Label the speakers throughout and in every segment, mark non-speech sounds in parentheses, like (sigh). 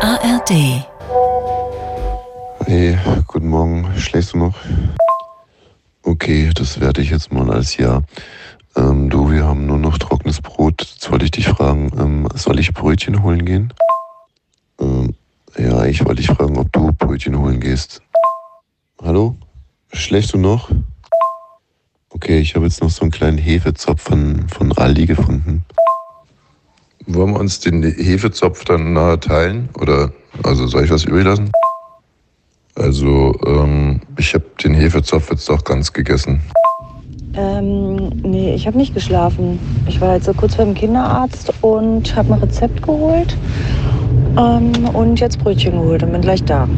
Speaker 1: ARD.
Speaker 2: Hey, guten Morgen. Schläfst du noch? Okay, das werde ich jetzt mal als Ja. Ähm, du, wir haben nur noch trockenes Brot. Jetzt wollte ich dich fragen, ähm, soll ich Brötchen holen gehen? Ähm, ja, ich wollte dich fragen, ob du Brötchen holen gehst. Hallo? Schläfst du noch? Okay, ich habe jetzt noch so einen kleinen Hefezopf von, von Aldi gefunden.
Speaker 3: Wollen wir uns den Hefezopf dann nahe teilen? Oder also soll ich was übrig lassen? Also, ähm, ich habe den Hefezopf jetzt auch ganz gegessen.
Speaker 4: Ähm, nee, ich habe nicht geschlafen. Ich war jetzt so kurz beim Kinderarzt und habe ein Rezept geholt ähm, und jetzt Brötchen geholt und bin gleich da.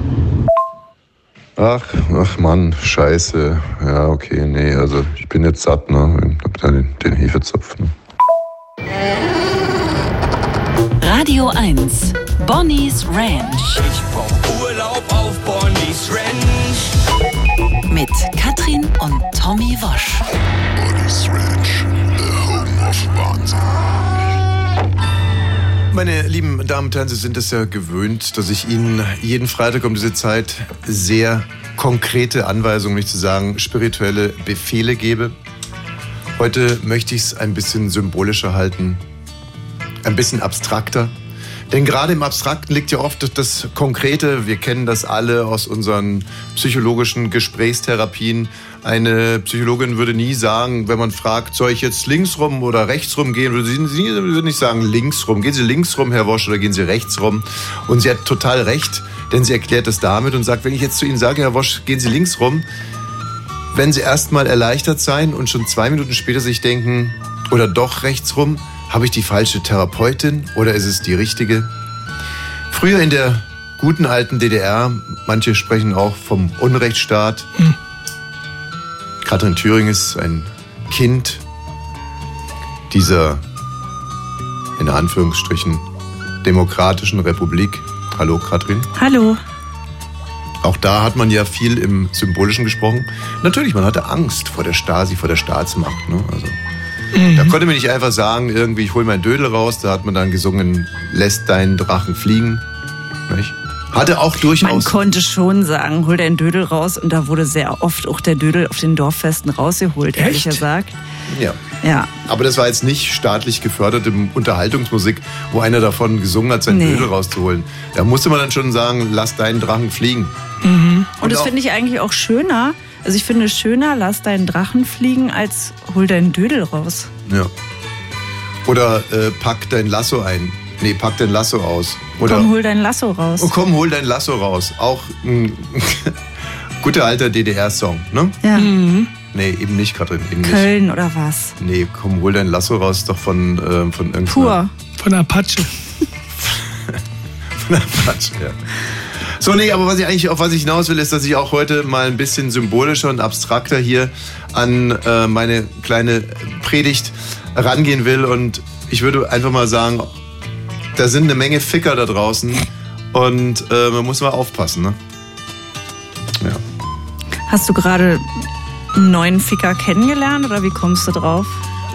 Speaker 3: Ach, ach Mann, scheiße. Ja, okay, nee, also ich bin jetzt satt, ne? Ich hab dann den, den Hefezopf. Ne?
Speaker 1: Radio 1. Bonnie's Ranch.
Speaker 5: Ich brauch Urlaub auf Bonnie's Ranch.
Speaker 1: Mit Katrin und Tommy Wosch.
Speaker 6: Meine lieben Damen und Herren, Sie sind es ja gewöhnt, dass ich Ihnen jeden Freitag um diese Zeit sehr konkrete Anweisungen, um nicht zu sagen spirituelle Befehle gebe. Heute möchte ich es ein bisschen symbolischer halten, ein bisschen abstrakter. Denn gerade im Abstrakten liegt ja oft das Konkrete, wir kennen das alle aus unseren psychologischen Gesprächstherapien. Eine Psychologin würde nie sagen, wenn man fragt, soll ich jetzt links rum oder rechts rum gehen, würde sie nie- würde nicht sagen links rum. Gehen Sie links rum, Herr Wosch, oder gehen Sie rechts rum? Und sie hat total recht, denn sie erklärt es damit und sagt, wenn ich jetzt zu Ihnen sage, Herr Wosch, gehen Sie links rum, wenn sie erstmal erleichtert sein und schon zwei Minuten später sich denken, oder doch rechts rum, habe ich die falsche Therapeutin oder ist es die richtige? Früher in der guten alten DDR, manche sprechen auch vom Unrechtsstaat. Katrin Thüring ist ein Kind dieser, in Anführungsstrichen, demokratischen Republik. Hallo Katrin.
Speaker 7: Hallo.
Speaker 6: Auch da hat man ja viel im Symbolischen gesprochen. Natürlich, man hatte Angst vor der Stasi, vor der Staatsmacht. Ne? Also, Da konnte man nicht einfach sagen, irgendwie, ich hole mein Dödel raus. Da hat man dann gesungen, lässt deinen Drachen fliegen. Nicht? Hatte auch
Speaker 7: Man
Speaker 6: durchaus.
Speaker 7: konnte schon sagen, hol deinen Dödel raus. Und da wurde sehr oft auch der Dödel auf den Dorffesten rausgeholt, ehrlich gesagt.
Speaker 6: Ja.
Speaker 7: Ja.
Speaker 6: Aber das war jetzt nicht staatlich geförderte Unterhaltungsmusik, wo einer davon gesungen hat, seinen
Speaker 7: Nee.
Speaker 6: Dödel rauszuholen. Da musste man dann schon sagen, lass deinen Drachen fliegen.
Speaker 7: Und, das
Speaker 6: Mhm. auch-
Speaker 7: finde ich eigentlich auch schöner. Also ich finde es schöner, lass deinen Drachen fliegen, als hol deinen Dödel raus.
Speaker 6: Ja. Oder äh, pack dein Lasso ein. Nee, pack dein Lasso aus. Oder
Speaker 7: Komm, hol dein Lasso raus.
Speaker 6: oh, komm hol dein Lasso raus. Auch ein (laughs) guter alter DDR-Song, ne?
Speaker 7: Ja.
Speaker 6: Nee, eben nicht, Katrin, eben nicht.
Speaker 7: Köln oder was?
Speaker 6: Nee, komm, hol dein Lasso raus, ist doch von, ähm, von irgendeiner... (laughs)
Speaker 7: Pur.
Speaker 8: Von Apache.
Speaker 6: Na, Quatsch, ja. So, nee, aber was ich eigentlich, auf was ich hinaus will, ist, dass ich auch heute mal ein bisschen symbolischer und abstrakter hier an äh, meine kleine Predigt rangehen will. Und ich würde einfach mal sagen, da sind eine Menge Ficker da draußen und äh, man muss mal aufpassen, ne? Ja.
Speaker 7: Hast du gerade einen neuen Ficker kennengelernt oder wie kommst du drauf?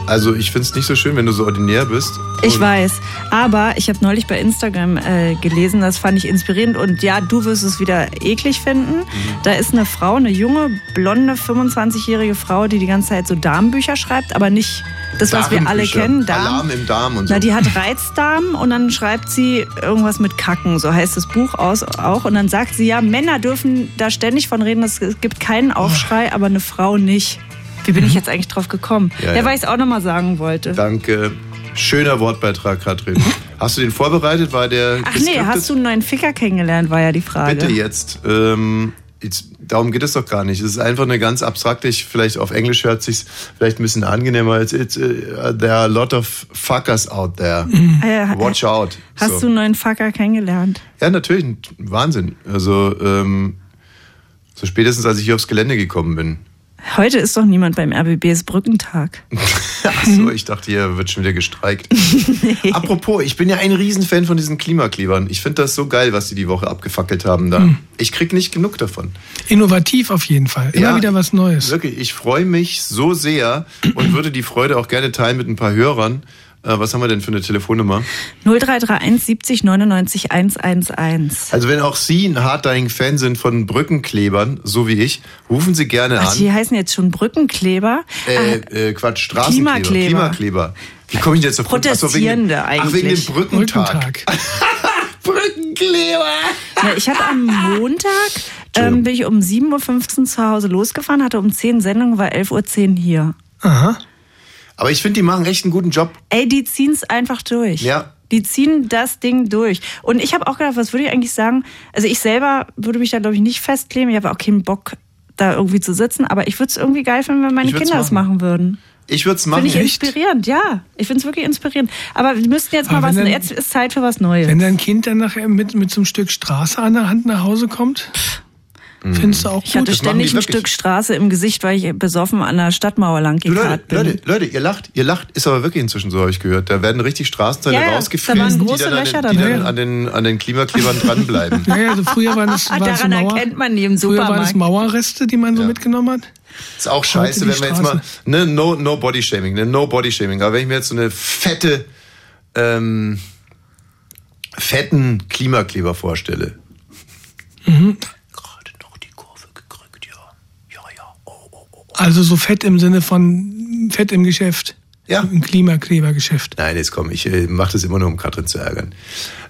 Speaker 6: Also ich finde es nicht so schön, wenn du so ordinär bist.
Speaker 7: Ich
Speaker 6: Und-
Speaker 7: weiß, aber ich habe neulich bei Instagram äh, gelesen, das fand ich inspirierend und ja, du wirst es wieder eklig finden. Da ist eine Frau, eine junge, blonde, 25-jährige Frau, die die ganze Zeit so Darmbücher schreibt, aber nicht das, was wir alle
Speaker 6: Darmbücher.
Speaker 7: kennen, Darm.
Speaker 6: Alarm im Darm und so.
Speaker 7: Na, die hat Reizdarm und dann schreibt sie irgendwas mit Kacken, so heißt das Buch aus, auch. Und dann sagt sie, ja, Männer dürfen da ständig von reden, es gibt keinen Aufschrei, aber eine Frau nicht. Wie bin ich jetzt eigentlich drauf gekommen?
Speaker 6: Ah. Mhm. Ja,
Speaker 7: Ja,
Speaker 6: ja.
Speaker 7: weil ich es auch nochmal sagen wollte.
Speaker 6: Danke. Schöner Wortbeitrag, Katrin. Hast du den vorbereitet? War der
Speaker 7: Mhm. Ach nee, hast du einen neuen Ficker kennengelernt, war ja die Frage.
Speaker 6: Bitte jetzt. Ähm, jetzt darum geht es doch gar nicht. Es ist einfach eine ganz abstrakte, ich, vielleicht auf Englisch hört sich's vielleicht ein bisschen angenehmer. It's, it's, äh, there are a lot of fuckers out there.
Speaker 7: Ah, ja,
Speaker 6: Watch out.
Speaker 7: Hast du einen neuen Ficker kennengelernt?
Speaker 6: Ja, natürlich. ein Wahnsinn. Also, ähm, so spätestens als ich hier aufs Gelände gekommen bin.
Speaker 7: Heute ist doch niemand beim RBBs Brückentag.
Speaker 6: Ach so, ich dachte, hier wird schon wieder
Speaker 7: (laughs)
Speaker 6: gestreikt. Apropos, ich bin ja ein Riesenfan von diesen Klimaklebern. Ich finde das so geil, was die die Woche abgefackelt haben da.
Speaker 7: Hm.
Speaker 6: Ich krieg nicht genug davon.
Speaker 8: Innovativ auf jeden Fall. Immer wieder was
Speaker 7: (clears throat)
Speaker 8: Neues.
Speaker 6: Wirklich, ich freue mich so sehr und würde die Freude auch gerne teilen mit ein paar Hörern. Äh, Äh, was haben wir denn für eine Telefonnummer?
Speaker 7: 0331 70 99 111.
Speaker 6: Also wenn auch Sie ein hardlying Fan sind von Brückenklebern, so wie ich, rufen Sie gerne
Speaker 7: Ach,
Speaker 6: an.
Speaker 7: die heißen jetzt schon Brückenkleber.
Speaker 6: Äh, äh, Quatsch, Straßenkleber.
Speaker 7: Klimakleber.
Speaker 6: Klimakleber. Wie komme ich denn jetzt auf
Speaker 7: Protestierende
Speaker 6: Ach, wegen, dem- Ach, wegen dem
Speaker 7: eigentlich.
Speaker 6: Brückentag.
Speaker 8: Brückentag.
Speaker 6: Brückenkleber.
Speaker 7: Na, ich hatte am Montag, ähm, bin ich um 7.15 Uhr zu Hause losgefahren, hatte um 10 Uhr Sendung, war 11.10 Uhr hier.
Speaker 8: Aha.
Speaker 6: Aber ich finde, die machen echt einen guten Job.
Speaker 7: Ey, die ziehen's einfach durch.
Speaker 6: Ja.
Speaker 7: Die ziehen das Ding durch. Und ich habe auch gedacht, was würde ich eigentlich sagen? Also ich selber würde mich da, glaube ich, nicht festkleben. Ich habe auch keinen Bock, da irgendwie zu sitzen. Aber ich würde es irgendwie geil finden, wenn meine
Speaker 6: Ich würd's
Speaker 7: Kinder es
Speaker 6: machen.
Speaker 7: machen würden.
Speaker 6: Ich würde es machen.
Speaker 7: Finde ich
Speaker 8: Echt?
Speaker 7: inspirierend, ja. Ich finde es wirklich inspirierend. Aber wir müssten jetzt mal
Speaker 8: Aber
Speaker 7: was,
Speaker 8: wenn dann-
Speaker 7: jetzt ist Zeit für was Neues.
Speaker 8: Wenn dein Kind dann nachher mit, mit so einem Stück Straße an der Hand nach Hause kommt, findest du auch
Speaker 7: Hm. Ich hatte
Speaker 8: gut.
Speaker 6: das machen
Speaker 7: ständig
Speaker 6: die
Speaker 7: ein
Speaker 6: wirklich.
Speaker 7: Stück Straße im Gesicht, weil ich besoffen an der Stadtmauer lang
Speaker 6: Du,
Speaker 7: gekarrt
Speaker 6: Leute,
Speaker 7: bin.
Speaker 6: Leute, Leute, ihr lacht, ihr lacht, ist aber wirklich inzwischen so, habe ich gehört. Da werden richtig Straßenteile
Speaker 7: Ja, ja,
Speaker 6: rausgefräst,
Speaker 7: da waren
Speaker 6: die
Speaker 7: große
Speaker 6: dann,
Speaker 7: Löcher
Speaker 6: an, den, die
Speaker 8: dabei.
Speaker 6: dann an, den, an den Klimaklebern
Speaker 7: (laughs)
Speaker 6: dranbleiben.
Speaker 8: Naja, also früher waren das,
Speaker 7: Ah,
Speaker 8: waren das
Speaker 7: daran
Speaker 8: Mauer,
Speaker 7: erkennt man die im
Speaker 8: früher waren das
Speaker 7: Supermarkt.
Speaker 8: Mauerreste, die man so mitgenommen hat.
Speaker 6: Ist auch scheiße,
Speaker 8: die
Speaker 6: wenn wir jetzt mal.
Speaker 8: Straße.
Speaker 6: Ne, no, no Body Shaming, ne, no Body Shaming. Aber wenn ich mir jetzt so eine fette, ähm, fetten Klimakleber vorstelle.
Speaker 7: Mhm.
Speaker 8: Mhm.
Speaker 6: Gerade noch die Kurve gekriegt, ja. Ja, ja. Oh, oh, oh.
Speaker 8: Also so fett im Sinne von fett im Geschäft.
Speaker 6: Ja.
Speaker 8: Im Klimaklebergeschäft.
Speaker 6: Nein, jetzt komm, ich äh, mache das immer nur, um Katrin zu ärgern.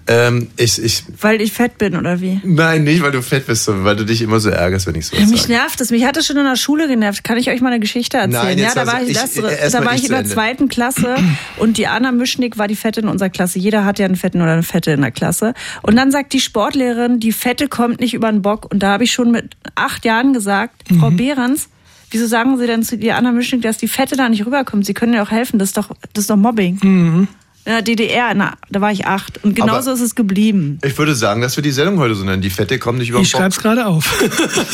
Speaker 6: Ähm, ich, ich,
Speaker 7: Weil ich fett bin, oder wie?
Speaker 6: Nein, nicht, weil du fett bist, sondern weil du dich immer so ärgerst, wenn ich so
Speaker 7: Ja, mich
Speaker 6: sage.
Speaker 7: nervt es. Mich hat es schon in der Schule genervt. Kann ich euch mal eine Geschichte erzählen?
Speaker 6: Nein, jetzt
Speaker 7: ja, da
Speaker 6: lass-
Speaker 7: war ich,
Speaker 6: ich-
Speaker 7: das,
Speaker 6: äh, erst
Speaker 7: da
Speaker 6: mal
Speaker 7: war
Speaker 6: ich
Speaker 7: ich in
Speaker 6: zu
Speaker 7: der
Speaker 6: Ende.
Speaker 7: zweiten Klasse
Speaker 6: (clears throat)
Speaker 7: und die Anna Mischnick war die Fette in unserer Klasse. Jeder hat ja einen Fetten oder eine Fette in der Klasse. Und dann sagt die Sportlehrerin, die Fette kommt nicht über den Bock. Und da habe ich schon mit acht Jahren gesagt,
Speaker 6: Mhm.
Speaker 7: Frau Behrens, wieso sagen Sie denn zu der Anna Mischnick, dass die Fette da nicht rüberkommt? Sie können ja auch helfen. Das ist doch, das ist doch Mobbing. In der DDR, na, da war ich acht. Und
Speaker 6: Mhm.
Speaker 7: genauso
Speaker 6: Aber-
Speaker 7: ist es geblieben.
Speaker 6: Ich würde sagen, dass wir die Sendung heute so nennen. Die Fette kommt nicht über
Speaker 8: Ich
Speaker 6: den Bock.
Speaker 8: schreib's gerade auf.
Speaker 6: Die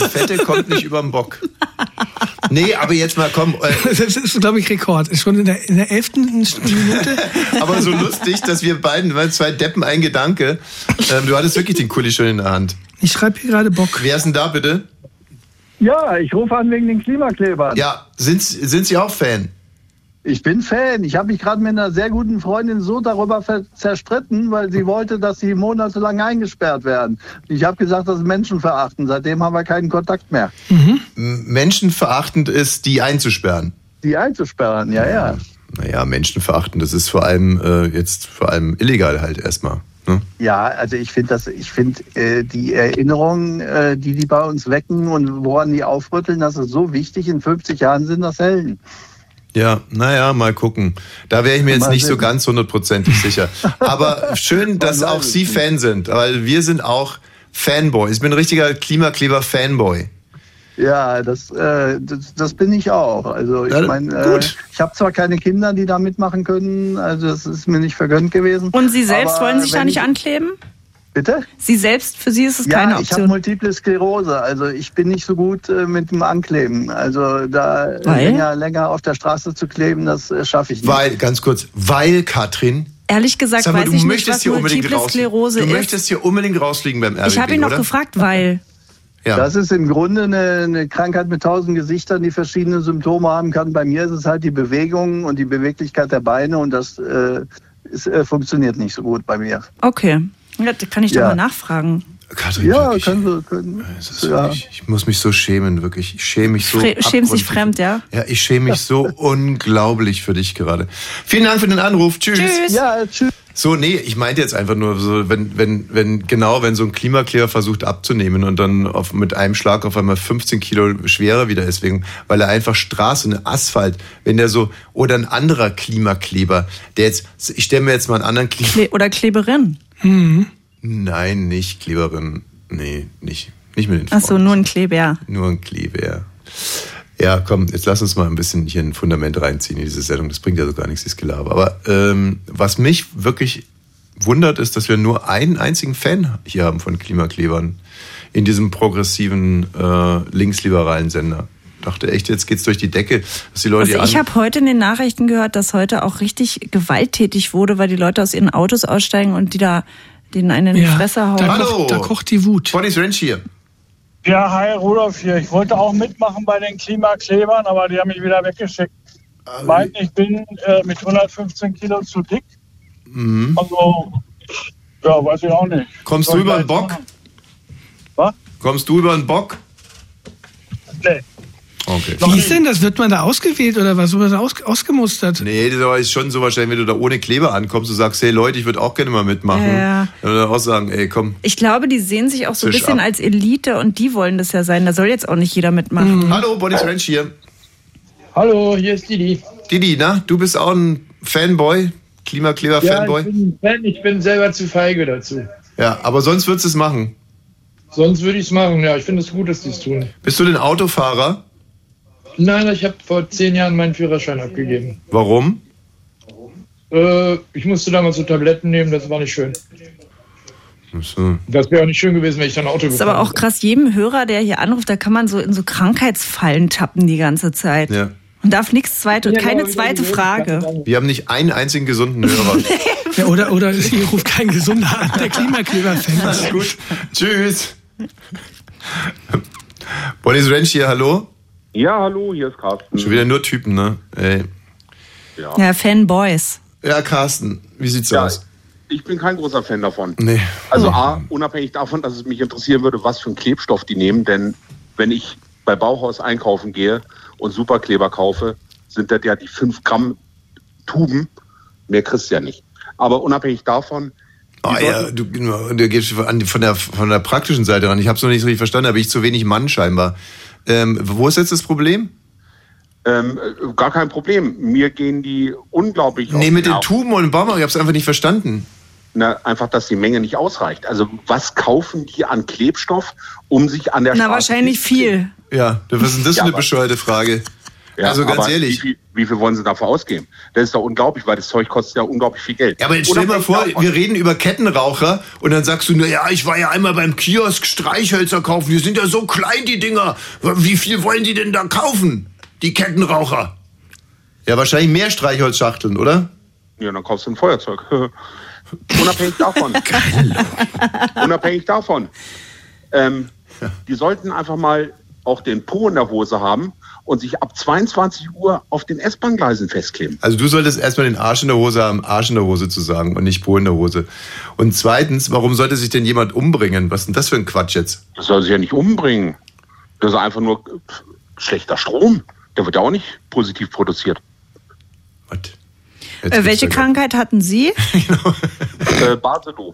Speaker 6: Fette kommt nicht über den Bock. Nee, aber jetzt mal komm. Äh,
Speaker 8: (laughs) Das ist, glaube ich, Rekord. Ist schon in der, in der elften Minute.
Speaker 6: (laughs) aber so lustig, dass wir beiden, weil zwei Deppen, ein Gedanke. Ähm, du hattest wirklich den Kuli schon in der Hand.
Speaker 8: Ich schreibe hier gerade Bock.
Speaker 6: Wer ist denn da bitte?
Speaker 9: Ja, ich rufe an wegen den Klimaklebern.
Speaker 6: Ja, sind, sind Sie auch Fan?
Speaker 9: Ich bin Fan. Ich habe mich gerade mit einer sehr guten Freundin so darüber ver- zerstritten, weil sie wollte, dass sie monatelang eingesperrt werden. Ich habe gesagt, das ist Menschenverachten. Seitdem haben wir keinen Kontakt mehr.
Speaker 6: M- Menschenverachtend ist, die einzusperren.
Speaker 9: Die einzusperren, ja, ja.
Speaker 6: Naja, menschenverachtend, das ist vor allem äh, jetzt vor allem illegal halt erstmal. Ne?
Speaker 9: Ja, also ich finde das, ich finde äh, die Erinnerungen, äh, die die bei uns wecken und woran die aufrütteln, das ist so wichtig. In 50 Jahren sind das Helden.
Speaker 6: Ja, naja, mal gucken. Da wäre ich mir jetzt
Speaker 9: Mal
Speaker 6: nicht so
Speaker 9: sehen.
Speaker 6: ganz hundertprozentig sicher.
Speaker 9: (laughs)
Speaker 6: Aber schön, dass
Speaker 9: Man weiß
Speaker 6: auch
Speaker 9: es
Speaker 6: Sie
Speaker 9: nicht.
Speaker 6: Fan sind, weil wir sind auch Fanboys. Ich bin ein richtiger Klimakleber-Fanboy.
Speaker 9: Ja, das, äh, das, das bin ich auch. Also ich
Speaker 6: Ja,
Speaker 9: meine, äh,
Speaker 6: gut.
Speaker 9: ich habe zwar keine Kinder, die da mitmachen können, also das ist mir nicht vergönnt gewesen.
Speaker 7: Und Sie selbst
Speaker 9: Aber
Speaker 7: wollen sich da
Speaker 9: wenn
Speaker 7: nicht
Speaker 9: ich-
Speaker 7: ankleben?
Speaker 9: Bitte?
Speaker 7: Sie selbst, für Sie ist es keine
Speaker 9: Ja, ich habe
Speaker 7: Option.
Speaker 9: Multiple Sklerose, also ich bin nicht so gut äh, mit dem Ankleben. Also da
Speaker 7: Weil?
Speaker 9: länger, länger auf der Straße zu kleben, das äh, schaffe ich nicht.
Speaker 6: Weil, ganz kurz, weil, Katrin,
Speaker 7: Ehrlich gesagt
Speaker 6: sag mal,
Speaker 7: weiß
Speaker 6: du
Speaker 7: ich nicht,
Speaker 6: möchtest
Speaker 7: was
Speaker 6: hier unbedingt
Speaker 7: Multiple
Speaker 6: rausfliegen.
Speaker 7: Sklerose
Speaker 6: Du
Speaker 7: ist.
Speaker 6: möchtest hier unbedingt rausfliegen beim RBB,
Speaker 7: Ich habe ihn noch
Speaker 6: oder?
Speaker 7: gefragt, weil.
Speaker 6: Ja.
Speaker 9: Das ist im Grunde eine, eine Krankheit mit tausend Gesichtern, die verschiedene Symptome haben kann. Bei mir ist es halt die Bewegung und die Beweglichkeit der Beine und das äh, ist, äh, funktioniert nicht so gut bei mir.
Speaker 7: Okay. Ja, da kann ich doch
Speaker 9: Ja.
Speaker 7: mal nachfragen.
Speaker 6: Katrin,
Speaker 9: Ja,
Speaker 6: wirklich,
Speaker 9: können Sie. Können,
Speaker 6: es ist
Speaker 9: ja.
Speaker 6: wirklich- ich muss mich so schämen, wirklich. Ich schäme mich so.
Speaker 7: Fre- schämst dich
Speaker 6: abgrundtief.
Speaker 7: fremd, ja?
Speaker 6: Ja, ich schäme mich so unglaublich für dich gerade. Vielen Dank für den Anruf.
Speaker 7: Tschüss.
Speaker 9: ja, tschüss.
Speaker 6: So, nee, ich meinte jetzt einfach nur, so, wenn, wenn, wenn, genau, wenn so ein Klimakleber versucht abzunehmen und dann auf, mit einem Schlag auf einmal 15 Kilo schwerer wieder ist, wegen, weil er einfach Straße, ne Asphalt, wenn der so, oder ein anderer Klimakleber, der jetzt, ich stelle mir jetzt mal einen anderen Klimakleber,
Speaker 7: Kle oder Kleberin.
Speaker 6: Mhm. nein, nicht Kleberin, nee, nicht, nicht mit den Frauen.
Speaker 7: Achso, nur ein Kleber.
Speaker 6: Nur ein Kleber. Ja, komm, jetzt lass uns mal ein bisschen hier ein Fundament reinziehen in diese Sendung. Das bringt ja so gar nichts, dieses Gelaber. Aber ähm, was mich wirklich wundert, ist, dass wir nur einen einzigen Fan hier haben von Klimaklebern in diesem progressiven, äh, linksliberalen Sender. Dachte echt, jetzt geht's durch die Decke, dass die Leute
Speaker 7: Also
Speaker 6: hier
Speaker 7: ich
Speaker 6: an-
Speaker 7: habe heute in den Nachrichten gehört, dass heute auch richtig gewalttätig wurde, weil die Leute aus ihren Autos aussteigen und die da denen einen in die Fresse hauen.
Speaker 8: da,
Speaker 6: Hallo.
Speaker 8: kocht, da kocht die Wut.
Speaker 6: Bonnie's Ranch hier.
Speaker 10: Ja, hi Rudolf hier. Ich wollte auch mitmachen bei den Klimaklebern, aber die haben mich wieder weggeschickt.
Speaker 6: Also
Speaker 10: Meinten, ich bin äh, mit 115 Kilo zu dick.
Speaker 6: Mhm.
Speaker 10: Also, ich, ja, weiß ich auch nicht.
Speaker 6: Kommst du
Speaker 10: Soll ich
Speaker 6: über den
Speaker 10: jetzt
Speaker 6: Bock?
Speaker 10: machen? Was?
Speaker 6: Kommst du über den Bock?
Speaker 10: Nee.
Speaker 6: Okay.
Speaker 8: Wie ist denn das? Wird man da ausgewählt oder was? Wird man da aus, ausgemustert?
Speaker 6: Nee, das ist schon so wahrscheinlich, wenn du da ohne Kleber ankommst und sagst, hey Leute, ich würde auch gerne mal mitmachen.
Speaker 7: Ja, ja.
Speaker 6: Dann würde er auch sagen, ey, komm.
Speaker 7: Ich glaube, die sehen sich auch so ein
Speaker 6: Tisch
Speaker 7: bisschen
Speaker 6: ab.
Speaker 7: als Elite und die wollen das ja sein. Da soll jetzt auch nicht jeder mitmachen.
Speaker 6: Hallo, Bonnie's Ranch hier.
Speaker 10: Hallo, hier ist Didi.
Speaker 6: Didi, na, du bist auch ein Fanboy,
Speaker 10: ich
Speaker 6: Klimakleber-Fanboy.
Speaker 10: bin Fan, ich bin selber zu feige dazu.
Speaker 6: Ja, aber sonst würdest du es machen.
Speaker 10: Sonst würde ich es machen, ja. Ich finde es gut, dass die es tun.
Speaker 6: Bist du denn Autofahrer?
Speaker 10: Nein, ich habe vor zehn Jahren meinen Führerschein abgegeben.
Speaker 6: Warum?
Speaker 10: Äh, ich musste damals so Tabletten nehmen, das war nicht schön.
Speaker 6: So.
Speaker 10: Das wäre auch nicht schön gewesen, wenn ich dann Auto
Speaker 7: Ist aber
Speaker 10: gefahren
Speaker 7: auch krass, jedem Hörer, der hier anruft, da kann man so in so Krankheitsfallen tappen die ganze Zeit.
Speaker 6: Ja.
Speaker 7: Und darf nichts zweite,
Speaker 10: wäre.
Speaker 7: keine zweite Frage.
Speaker 6: Wir haben nicht einen einzigen gesunden
Speaker 10: (laughs)
Speaker 6: Hörer.
Speaker 8: Ja, oder, oder (laughs) hier ruft kein Gesunder an, der Klimakleber-Fan
Speaker 6: (laughs)
Speaker 8: ist.
Speaker 6: Alles gut. Tschüss. Bonnie's Ranch hier, hallo?
Speaker 11: Ja, hallo, hier ist Carsten.
Speaker 6: Schon wieder nur Typen, ne? Ey.
Speaker 7: Ja, Fanboys.
Speaker 6: Ja, Carsten, wie sieht's
Speaker 11: Ja,
Speaker 6: aus?
Speaker 11: ich bin kein großer Fan davon.
Speaker 6: Nee.
Speaker 11: Also A, unabhängig davon, dass es mich interessieren würde, was für einen Klebstoff die nehmen, denn wenn ich bei Bauhaus einkaufen gehe und Superkleber kaufe, sind das ja die 5 Gramm Tuben. Mehr kriegst du ja nicht. Aber unabhängig davon,
Speaker 6: Oh, ja, du, du gehst an, die- von, der, von der praktischen Seite ran. Ich habe es noch nicht so richtig verstanden, aber ich zu wenig Mann scheinbar. Ähm, wo ist jetzt das Problem?
Speaker 11: ähm, äh, gar kein Problem. Mir gehen die unglaublich auf
Speaker 6: nee, mit den
Speaker 11: Nerven.
Speaker 6: Tuben und dem Baumarkt. Ich habe es einfach nicht verstanden.
Speaker 11: Na, einfach, dass die Menge nicht ausreicht. Also was kaufen die an Klebstoff, um sich an der
Speaker 7: Na,
Speaker 11: Straße
Speaker 7: wahrscheinlich viel.
Speaker 6: Ja, was ist denn das für
Speaker 11: Ja,
Speaker 6: eine
Speaker 11: aber-
Speaker 6: bescheuerte Frage?
Speaker 11: Ja,
Speaker 6: also ganz
Speaker 11: aber Wie
Speaker 6: ehrlich.
Speaker 11: viel, wie viel wollen sie dafür ausgeben? Das ist doch unglaublich, weil das Zeug kostet ja unglaublich viel Geld.
Speaker 6: Ja, aber jetzt stell dir mal vor, wir reden über Kettenraucher und dann sagst du nur, ja, ich war ja einmal beim Kiosk Streichhölzer kaufen. Die sind ja so klein, die Dinger. Wie viel wollen die denn da kaufen, die Kettenraucher? Ja, wahrscheinlich mehr Streichholzschachteln, oder?
Speaker 11: Ja, dann kaufst du ein Feuerzeug. (laughs) unabhängig
Speaker 6: (laughs)
Speaker 11: davon. unabhängig davon. Ähm, Die sollten einfach mal auch den Po in der Hose haben und sich ab 22 Uhr auf den S-Bahn-Gleisen festkleben.
Speaker 6: Also du solltest erstmal den Arsch in der Hose haben, Arsch in der Hose zu sagen und nicht Po in der Hose. Und zweitens, warum sollte sich denn jemand umbringen? Was ist denn das für ein Quatsch jetzt?
Speaker 11: Das soll sich ja nicht umbringen. Das ist einfach nur äh, schlechter Strom. Der wird ja auch nicht positiv produziert.
Speaker 6: Was?
Speaker 7: Äh, welche
Speaker 6: kann?
Speaker 7: Krankheit hatten Sie?
Speaker 11: Äh, Basedow.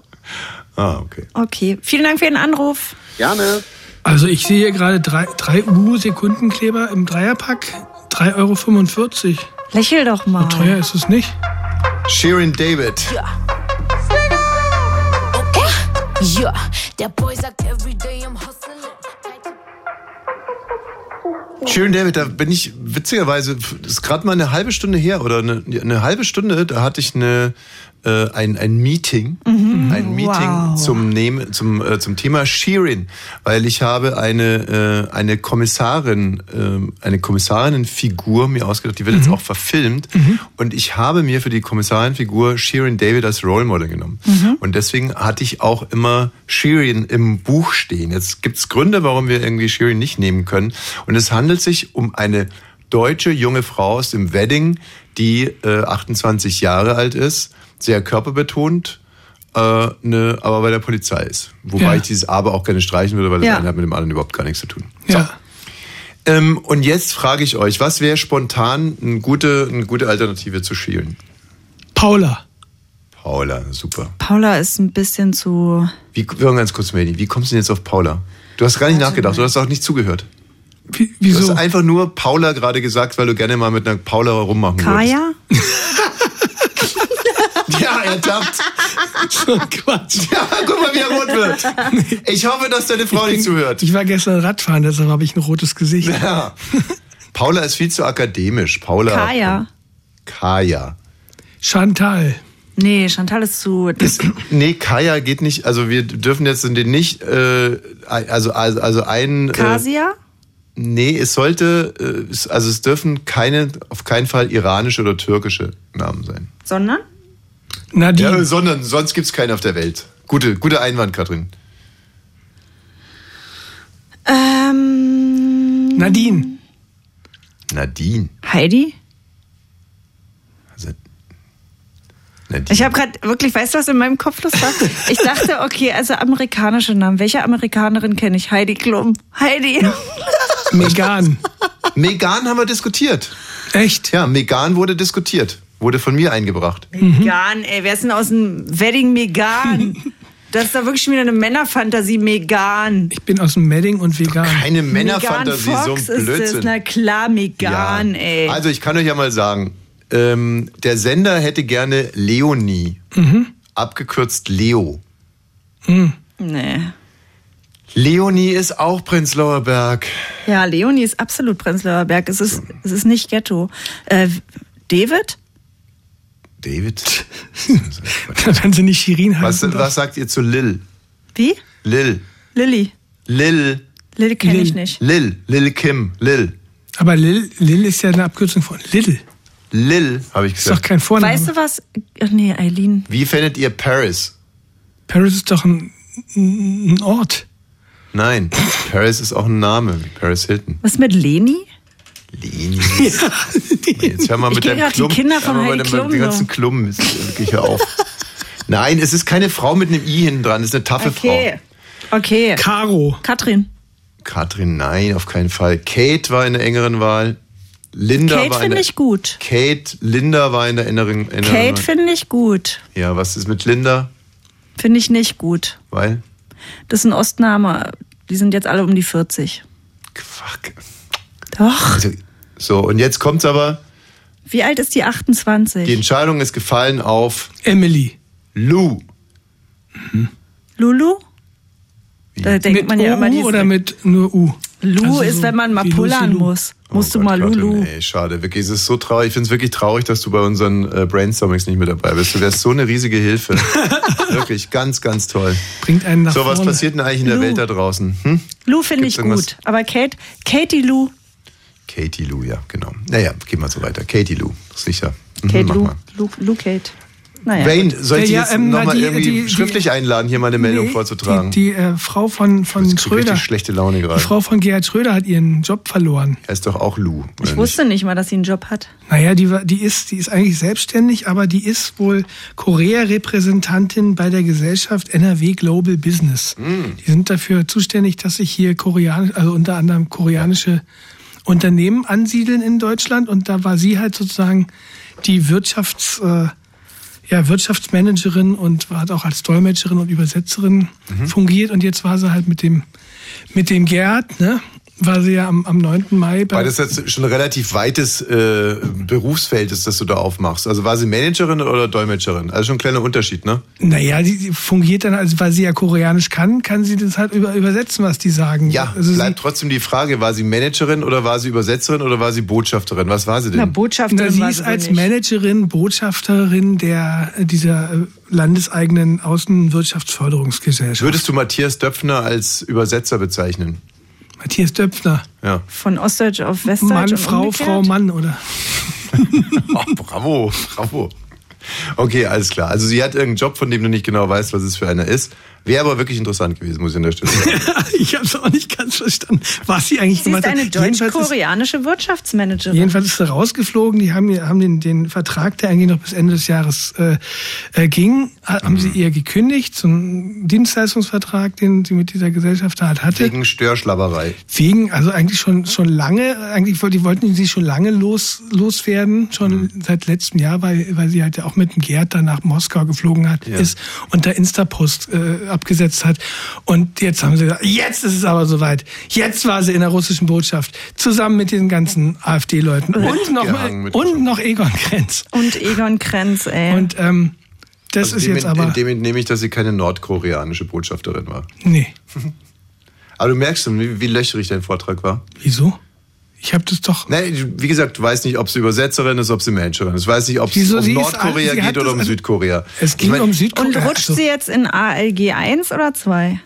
Speaker 6: Ah, okay.
Speaker 7: Okay, vielen Dank für Ihren Anruf.
Speaker 11: Gerne.
Speaker 8: Also ich sehe hier gerade drei, drei U-Sekundenkleber im Dreierpack. 3,45 Euro.
Speaker 7: Lächel doch mal.
Speaker 8: Teuer ist es nicht.
Speaker 6: Sharon David.
Speaker 12: Ja, der Boy sagt every day I'm hustling.
Speaker 6: Sharon David, da bin ich witzigerweise, das ist gerade mal eine halbe Stunde her oder eine, eine halbe Stunde, da hatte ich eine, äh, ein, ein Meeting, ein Meeting
Speaker 7: Wow.
Speaker 6: zum, Nehmen, zum, äh, zum Thema Sheeran, weil ich habe eine, äh, eine Kommissarin, ähm, eine Kommissarinnenfigur mir ausgedacht, die wird jetzt auch verfilmt und ich habe mir für die Kommissarinfigur Sheeran David als Role Model genommen und deswegen hatte ich auch immer Sheeran im Buch stehen. Jetzt gibt es Gründe, warum wir irgendwie Sheeran nicht nehmen können und es handelt sich um eine deutsche junge Frau aus dem Wedding, die äh, 28 Jahre alt ist, sehr körperbetont, äh, ne, aber bei der Polizei ist. Wobei
Speaker 8: Ja.
Speaker 6: ich dieses Aber auch gerne streichen würde, weil
Speaker 7: Ja.
Speaker 6: das eine hat mit dem anderen überhaupt gar nichts zu tun.
Speaker 8: Ja.
Speaker 6: Ähm, und jetzt frage ich euch, was wäre spontan eine gute, eine gute Alternative zu Schielen?
Speaker 8: Paula.
Speaker 6: Paula, super.
Speaker 7: Paula ist ein bisschen zu.
Speaker 6: Wie, wir hören ganz kurz, Medi, wie kommst du denn jetzt auf Paula? Du hast gar nicht nachgedacht, du hast auch nicht zugehört.
Speaker 8: Wie,
Speaker 6: Du
Speaker 8: wieso?
Speaker 6: hast einfach nur Paula gerade gesagt, weil du gerne mal mit einer Paula rummachen würdest.
Speaker 7: Kaya?
Speaker 6: Ja, ertappt.
Speaker 8: So ein (laughs) Quatsch.
Speaker 6: (laughs) Ja, guck mal, wie er rot wird. Ich hoffe, dass deine Frau nicht zuhört.
Speaker 8: Ich war gestern Radfahren, deshalb habe ich ein rotes Gesicht.
Speaker 6: Ja. Paula ist viel zu akademisch. Paula.
Speaker 7: Kaya.
Speaker 6: Kaya.
Speaker 8: Chantal.
Speaker 7: Nee, Chantal ist zu.
Speaker 6: Nee, Kaya geht nicht. Also wir dürfen jetzt den nicht. Äh, also, also, also ein. Äh,
Speaker 7: Kasia?
Speaker 6: nee, es sollte. Äh, es- also es dürfen keine, auf keinen Fall iranische oder türkische Namen sein.
Speaker 7: Sondern?
Speaker 8: Nadine.
Speaker 6: Ja, sondern sonst gibt's keinen auf der Welt. Gute, gute Einwand, Katrin.
Speaker 7: Ähm.
Speaker 8: Nadine.
Speaker 6: Nadine.
Speaker 7: Ähm, Heidi?
Speaker 6: Also,
Speaker 7: Ich habe gerade wirklich, weißt du, was in meinem Kopf los war? Ich dachte, okay, also amerikanische Namen. Welche Amerikanerin kenne ich? Heidi Klum. Heidi.
Speaker 6: Megan. (laughs) Megan haben wir diskutiert.
Speaker 8: Echt?
Speaker 6: Ja, Megan wurde diskutiert. Wurde von mir eingebracht.
Speaker 7: Megan, ey, wer ist denn aus dem Wedding Megan? Das ist da wirklich schon wieder eine Männerfantasie, Megan.
Speaker 8: Ich bin aus dem Medding und vegan.
Speaker 6: Keine Männerfantasie,
Speaker 7: Megan
Speaker 6: so
Speaker 7: Fox
Speaker 6: ein
Speaker 7: Ist
Speaker 6: Blödsinn.
Speaker 7: das. Na klar, Megan,
Speaker 6: Ja.
Speaker 7: ey.
Speaker 6: Also ich kann euch ja mal sagen, ähm, der Sender hätte gerne Leonie,
Speaker 8: Mhm.
Speaker 6: abgekürzt Leo.
Speaker 8: Hm.
Speaker 7: Nee.
Speaker 6: Leonie ist auch Prenzlauer Berg.
Speaker 7: Ja, Leonie ist absolut Prenzlauer Berg. Es ist, es ist nicht Ghetto. Äh, David?
Speaker 6: (laughs) David.
Speaker 8: Wenn sie nicht Shirin
Speaker 6: was, was sagt ihr zu Lil?
Speaker 7: Wie?
Speaker 6: Lil.
Speaker 7: Lilly.
Speaker 6: Lil.
Speaker 7: Lilly kenne ich nicht.
Speaker 6: Lil. Lil Kim. Lil.
Speaker 8: Aber Lil, Lil ist ja eine Abkürzung von Little.
Speaker 6: Lil, habe ich
Speaker 8: Ist doch
Speaker 6: gesagt.
Speaker 8: kein Vorname.
Speaker 7: Weißt du was? Ach nee, Eileen.
Speaker 6: Wie findet ihr Paris?
Speaker 8: Paris ist doch ein, ein Ort.
Speaker 6: Nein, Paris ist auch ein Name, wie Paris Hilton.
Speaker 7: Was mit Leni?
Speaker 8: (laughs)
Speaker 6: Leni. Jetzt hör mal
Speaker 7: Ich
Speaker 6: mit
Speaker 7: kenn
Speaker 6: deinem
Speaker 7: grad die
Speaker 6: Klumpen.
Speaker 7: Kinder von
Speaker 6: hör mal
Speaker 7: Heidi
Speaker 6: mit deinem- mit
Speaker 7: Klum
Speaker 6: den ganzen
Speaker 7: noch.
Speaker 6: Klumpen. Ist wirklich hör auf. Nein, es ist keine Frau mit einem I hinten dran, es ist eine taffe Frau.
Speaker 7: Okay. Okay.
Speaker 8: Caro.
Speaker 7: Katrin.
Speaker 6: Katrin, nein, auf keinen Fall. Kate war in der engeren Wahl. Linda
Speaker 7: Kate
Speaker 6: war in
Speaker 7: finde
Speaker 6: der,
Speaker 7: ich gut.
Speaker 6: Kate, Linda war in der inneren, inneren
Speaker 7: Kate
Speaker 6: Wahl.
Speaker 7: finde ich gut.
Speaker 6: Ja, was ist mit Linda?
Speaker 7: Finde ich nicht gut.
Speaker 6: Weil?
Speaker 7: Das ist ein Ostname. Die sind jetzt alle um die 40. Fuck. Doch.
Speaker 6: Also, so, und jetzt kommt's aber.
Speaker 7: Wie alt ist die? 28.
Speaker 6: Die Entscheidung ist gefallen auf
Speaker 8: Emily.
Speaker 6: Lou.
Speaker 7: Lulu? Da denkt
Speaker 8: mit
Speaker 7: man ja
Speaker 8: OU
Speaker 7: immer, die ist
Speaker 8: oder mit nur U?
Speaker 7: Lu
Speaker 8: Also
Speaker 7: ist,
Speaker 8: so
Speaker 7: wenn man mal
Speaker 8: wie
Speaker 7: pullern
Speaker 8: Lucy Lu.
Speaker 7: muss. Musst du mal
Speaker 6: Oh Katrin,
Speaker 7: Lulu.
Speaker 6: Ey, schade, wirklich, es ist so traurig. Ich finde es wirklich traurig, dass du bei unseren äh, Brainstormings nicht mit dabei bist. Du wärst so eine riesige
Speaker 7: (laughs)
Speaker 6: Hilfe. wirklich, ganz, ganz toll.
Speaker 8: Bringt einen nach
Speaker 6: so, was
Speaker 8: vorne.
Speaker 6: passiert denn eigentlich in der
Speaker 7: Lou.
Speaker 6: Welt da draußen? Hm?
Speaker 7: Lu finde
Speaker 6: Gibt's
Speaker 7: ich
Speaker 6: irgendwas? Mhm,
Speaker 7: gut. Aber Kate, Katie Lu.
Speaker 6: Katie Lou, ja, genau. Naja, gehen wir so weiter. Katie Lou, sicher. Mhm,
Speaker 7: Kate
Speaker 6: mach
Speaker 7: Lu.
Speaker 6: mal.
Speaker 7: Lu. Lu Kate. Naja.
Speaker 6: Wayne, soll ich
Speaker 8: Ja,
Speaker 6: ja,
Speaker 8: ja,
Speaker 6: jetzt
Speaker 8: ähm, na,
Speaker 6: nochmal
Speaker 8: die-
Speaker 6: irgendwie
Speaker 8: die-
Speaker 6: schriftlich
Speaker 8: die-
Speaker 6: einladen, hier meine Meldung
Speaker 8: Nee,
Speaker 6: vorzutragen?
Speaker 8: Die, die äh, Frau von, von
Speaker 6: ich krieg richtig
Speaker 8: Schröder,
Speaker 6: schlechte Laune
Speaker 8: die
Speaker 6: gerade.
Speaker 8: Frau von Gerhard Schröder hat ihren Job verloren.
Speaker 6: Er ist doch auch Lou. oder
Speaker 7: Ich wusste nicht mal, dass sie einen Job hat.
Speaker 8: Naja, die, war- die, ist, die ist eigentlich selbstständig, aber die ist wohl Korea-Repräsentantin bei der Gesellschaft NRW Global Business. Die sind dafür zuständig, dass sich hier koreanisch, also unter anderem koreanische Unternehmen ansiedeln in Deutschland. Und da war sie halt sozusagen die Wirtschafts, äh, ja, Wirtschaftsmanagerin und hat auch als Dolmetscherin und Übersetzerin fungiert. Und jetzt war sie halt mit dem, mit dem Gerd, ne? War sie ja am, am 9. Mai bei
Speaker 6: Weil das jetzt schon ein relativ weites äh, Berufsfeld ist, das du da aufmachst. Also war sie Managerin oder Dolmetscherin? Also schon ein kleiner Unterschied, ne?
Speaker 8: Naja, sie sie fungiert dann, also weil sie ja Koreanisch kann, kann sie das halt über, übersetzen, was die sagen.
Speaker 6: Ja,
Speaker 8: also sie,
Speaker 6: bleibt trotzdem die Frage, war sie Managerin oder war sie Übersetzerin oder war sie Botschafterin? Was war sie
Speaker 7: Na,
Speaker 6: denn?
Speaker 7: Botschafterin
Speaker 8: na, sie
Speaker 7: war
Speaker 8: ist
Speaker 7: wohl
Speaker 8: als
Speaker 7: nicht.
Speaker 8: Managerin, Botschafterin der, äh, dieser äh, landeseigenen Außenwirtschaftsförderungsgesellschaft.
Speaker 6: Würdest du Matthias Döpfner als Übersetzer bezeichnen?
Speaker 8: Matthias Döpfner. (laughs)
Speaker 6: Ja.
Speaker 7: Von Ostdeutsch auf Westdeutsch.
Speaker 8: Mann,
Speaker 7: und
Speaker 8: Frau,
Speaker 7: umgekehrt?
Speaker 8: Frau, Mann, oder?
Speaker 6: Oh, bravo, bravo. Okay, alles klar. Also sie hat irgendeinen Job, von dem du nicht genau weißt, was es für einer ist. Wäre aber wirklich interessant gewesen, muss ich an der Stelle sagen.
Speaker 8: ich habe es auch nicht ganz verstanden, was sie eigentlich
Speaker 7: Sie
Speaker 8: gemacht
Speaker 7: ist
Speaker 8: hat.
Speaker 7: eine
Speaker 8: Jedenfalls ist-
Speaker 7: deutsch-koreanische Wirtschaftsmanagerin.
Speaker 8: Jedenfalls ist er rausgeflogen. Die haben, haben den, den Vertrag, der eigentlich noch bis Ende des Jahres äh, äh, ging, ha- haben
Speaker 7: Mhm.
Speaker 8: sie ihr gekündigt, so einen Dienstleistungsvertrag, den sie mit dieser Gesellschaft halt hatte. Wegen,
Speaker 6: Wegen Störschlabberei.
Speaker 8: also eigentlich schon, schon lange, eigentlich wollte, die wollten sie schon lange los, loswerden, schon
Speaker 6: Mhm.
Speaker 8: seit letztem Jahr, weil, weil sie halt ja auch mit dem Gerd dann nach Moskau geflogen hat,
Speaker 6: Ja.
Speaker 8: ist und da Insta-Post äh, abgesetzt hat. Und jetzt haben sie gesagt, jetzt ist es aber soweit. Jetzt war sie in der russischen Botschaft, zusammen mit den ganzen AfD-Leuten und noch,
Speaker 6: Mitgehangen, mitgeschaut.
Speaker 8: und noch Egon Krenz.
Speaker 7: Und Egon Krenz, ey.
Speaker 8: Und ähm, das
Speaker 6: Also
Speaker 8: ist
Speaker 6: dem,
Speaker 8: jetzt
Speaker 6: ent-
Speaker 8: aber.
Speaker 6: Dem entnehme ich, dass sie keine nordkoreanische Botschafterin war. (laughs)
Speaker 8: Nee,
Speaker 6: Aber du merkst schon, wie, wie löcherig dein Vortrag war.
Speaker 8: wieso? Ich habe das doch.
Speaker 6: Nein, wie gesagt, du weißt nicht, ob sie Übersetzerin ist, ob sie Managerin ist. Weiß nicht, ob es
Speaker 8: Wieso?
Speaker 6: um
Speaker 8: Sie ist
Speaker 6: Nordkorea
Speaker 8: alt, sie hat
Speaker 6: geht oder
Speaker 8: das
Speaker 6: um
Speaker 8: an-
Speaker 6: Südkorea.
Speaker 8: Es ging
Speaker 6: ich mein,
Speaker 8: um Südkorea.
Speaker 7: Und rutscht sie jetzt in ALG 1 oder 2?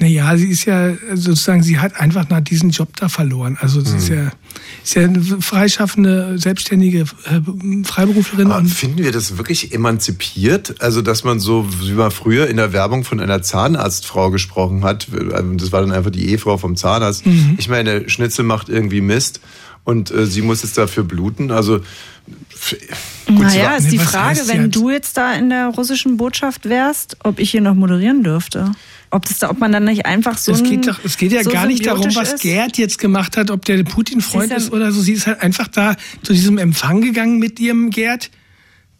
Speaker 8: Naja, sie ist ja äh, sozusagen, sie hat einfach nach diesem Job da verloren. Also sie
Speaker 6: Mhm.
Speaker 8: ist, ja, ist ja eine freischaffende, selbstständige äh, Freiberuflerin.
Speaker 6: Aber
Speaker 8: und
Speaker 6: finden wir das wirklich emanzipiert? Also, dass man so, wie man früher in der Werbung von einer Zahnarztfrau gesprochen hat, ähm, das war dann einfach die Ehefrau vom Zahnarzt.
Speaker 8: Mhm.
Speaker 6: Ich meine, Schnitzel macht irgendwie Mist und äh, sie muss jetzt dafür bluten. Also, Gut, sie
Speaker 7: naja,
Speaker 6: war-
Speaker 7: ist die
Speaker 6: Nee, was
Speaker 7: Frage,
Speaker 6: heißt, sie
Speaker 7: wenn
Speaker 6: hat-
Speaker 7: du jetzt da in der russischen Botschaft wärst, ob ich hier noch moderieren dürfte. Ob, das da, ob man dann nicht einfach so
Speaker 8: es,
Speaker 7: ein-
Speaker 8: geht doch, es geht ja
Speaker 7: so
Speaker 8: gar nicht darum,
Speaker 7: symbiotisch
Speaker 8: was
Speaker 7: ist.
Speaker 8: Gerd jetzt gemacht hat, ob der Putin-Freund
Speaker 7: Sie ist
Speaker 8: ist,
Speaker 7: ja-
Speaker 8: oder so. Sie ist halt einfach da zu diesem Empfang gegangen mit ihrem Gerd.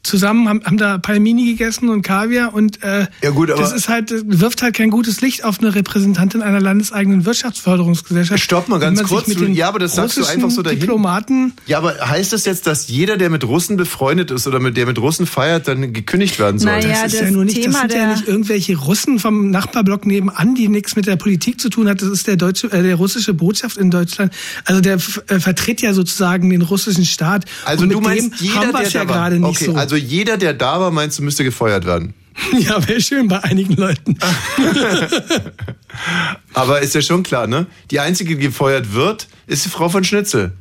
Speaker 8: Zusammen haben, haben da Palmini gegessen und Kaviar und äh,
Speaker 6: Ja, gut, aber-
Speaker 8: das ist halt, das wirft halt kein gutes Licht auf eine Repräsentantin einer landeseigenen Wirtschaftsförderungsgesellschaft.
Speaker 6: Stopp mal
Speaker 8: Wenn
Speaker 6: ganz
Speaker 8: man sich
Speaker 6: kurz,
Speaker 8: mit
Speaker 6: du-
Speaker 8: den
Speaker 6: ja, aber das sagst du
Speaker 8: russischen
Speaker 6: einfach so dahin.
Speaker 8: Diplomaten
Speaker 6: Ja, aber heißt das jetzt, dass jeder, der mit Russen befreundet ist oder mit, der mit Russen feiert, dann gekündigt werden soll?
Speaker 7: Naja,
Speaker 8: das ist
Speaker 7: das
Speaker 8: ja nur nicht,
Speaker 7: Thema
Speaker 8: das sind ja
Speaker 7: der-
Speaker 8: nicht irgendwelche Russen vom Nachbarblock nebenan, die nichts mit der Politik zu tun hat. Das ist der deutsche, äh, der russische Botschaft in Deutschland. Also der f- äh, vertritt ja sozusagen den russischen Staat.
Speaker 6: also
Speaker 8: Und
Speaker 6: du
Speaker 8: mit
Speaker 6: meinst,
Speaker 8: dem
Speaker 6: jeder,
Speaker 8: haben
Speaker 6: der
Speaker 8: wir's ja
Speaker 6: da war.
Speaker 8: gerade nicht
Speaker 6: okay,
Speaker 8: so.
Speaker 6: also jeder, der da war, meinst du, müsste gefeuert werden.
Speaker 8: (laughs) ja, wäre schön bei einigen Leuten.
Speaker 6: Aber ist ja schon klar, ne? Die einzige, die gefeuert wird, ist die Frau von Schnitzel.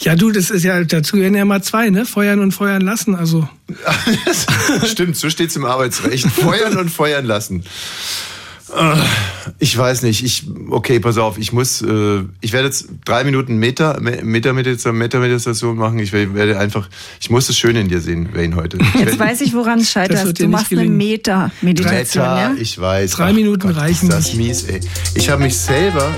Speaker 8: ja, du, das ist ja dazu gehören ja mal zwei, ne? Feuern und feuern lassen. Also
Speaker 6: (laughs) Stimmt, so steht's im Arbeitsrecht. Feuern und feuern lassen. Äh, Ich weiß nicht. Ich okay, pass auf. Ich muss. Äh, ich werde jetzt drei Minuten Meta Me- Metameditation Metameditation machen. Ich werde- werde einfach. Ich muss das Schöne in dir sehen, Wayne heute. Ich
Speaker 7: Jetzt
Speaker 6: werde-
Speaker 7: weiß ich, woran es
Speaker 8: Das
Speaker 7: scheitert.
Speaker 8: wird
Speaker 7: Du
Speaker 8: dir nicht
Speaker 7: machst eine
Speaker 8: gelingen.
Speaker 7: Meta-Meditation,
Speaker 6: Alter,
Speaker 7: ja?
Speaker 6: ich weiß.
Speaker 8: Drei Minuten reichen
Speaker 6: Ist das mies, ey. Ich habe mich selber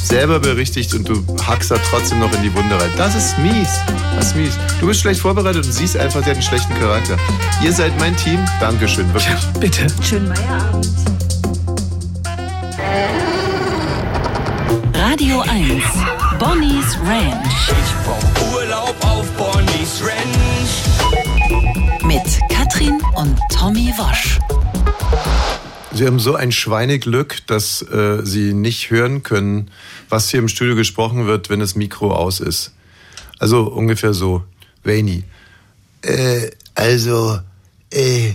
Speaker 6: selber berichtigt und du hackst da trotzdem noch in die Wunde rein. Das ist mies. Das ist mies. Du bist schlecht vorbereitet und siehst einfach, sie hat einen schlechten Charakter. Ihr seid mein Team. Dankeschön, wirklich.
Speaker 8: bitte.
Speaker 7: Schönen Feierabend.
Speaker 1: Radio 1. Bonnie's Ranch.
Speaker 5: Urlaub auf Bonnie's Ranch.
Speaker 1: Mit Katrin und Tommy Wosch.
Speaker 6: Sie haben so ein Schweineglück, dass äh, Sie nicht hören können, was hier im Studio gesprochen wird, wenn das Mikro aus ist. Also ungefähr so. Vaini.
Speaker 13: Äh, also, äh,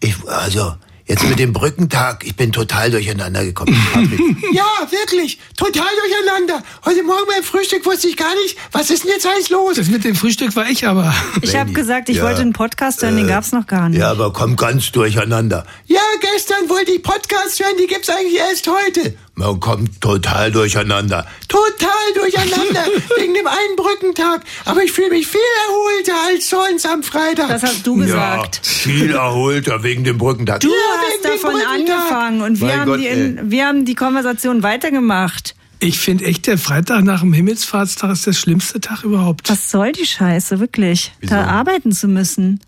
Speaker 13: ich, also, jetzt mit dem Brückentag, ich bin total durcheinander
Speaker 7: (laughs)
Speaker 13: gekommen.
Speaker 8: (laughs)
Speaker 14: Ja, wirklich. Total durcheinander. Heute Morgen beim Frühstück wusste ich gar nicht, was ist denn jetzt alles los?
Speaker 8: Das mit dem Frühstück war ich aber.
Speaker 7: Ich habe gesagt, ich
Speaker 13: ja,
Speaker 7: wollte einen Podcast hören, den
Speaker 13: äh,
Speaker 7: gab's noch gar nicht.
Speaker 13: ja, aber komm ganz durcheinander.
Speaker 14: Ja, gestern wollte ich Podcasts hören, die gibt's eigentlich erst heute.
Speaker 13: Man kommt total durcheinander.
Speaker 14: Total durcheinander wegen dem einen Brückentag. Aber ich fühle mich viel erholter als sonst am Freitag.
Speaker 7: Das hast du gesagt.
Speaker 13: Ja, viel erholter wegen dem Brückentag.
Speaker 7: Du
Speaker 13: Ja,
Speaker 7: hast
Speaker 14: wegen dem
Speaker 7: davon
Speaker 14: Brückentag.
Speaker 7: angefangen und wir
Speaker 13: Mein
Speaker 7: haben,
Speaker 13: Gott,
Speaker 7: die in, wir haben die Konversation weitergemacht.
Speaker 8: Ich finde echt, der Freitag nach dem Himmelfahrtstag ist der schlimmste Tag überhaupt.
Speaker 7: Was soll die Scheiße, wirklich? Da arbeiten zu müssen.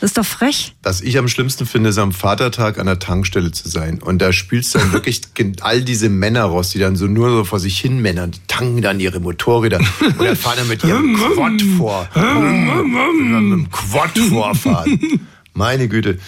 Speaker 7: Das ist doch frech.
Speaker 6: Was ich am schlimmsten finde, ist am Vatertag an der Tankstelle zu sein. Und da spülst du dann wirklich gen- all diese Männer raus, die dann so nur so vor sich hin männern. Die tanken dann ihre Motorräder oder fahren dann mit ihrem Quad vor. Wenn man mit dem Quad vorfahren. Meine Güte.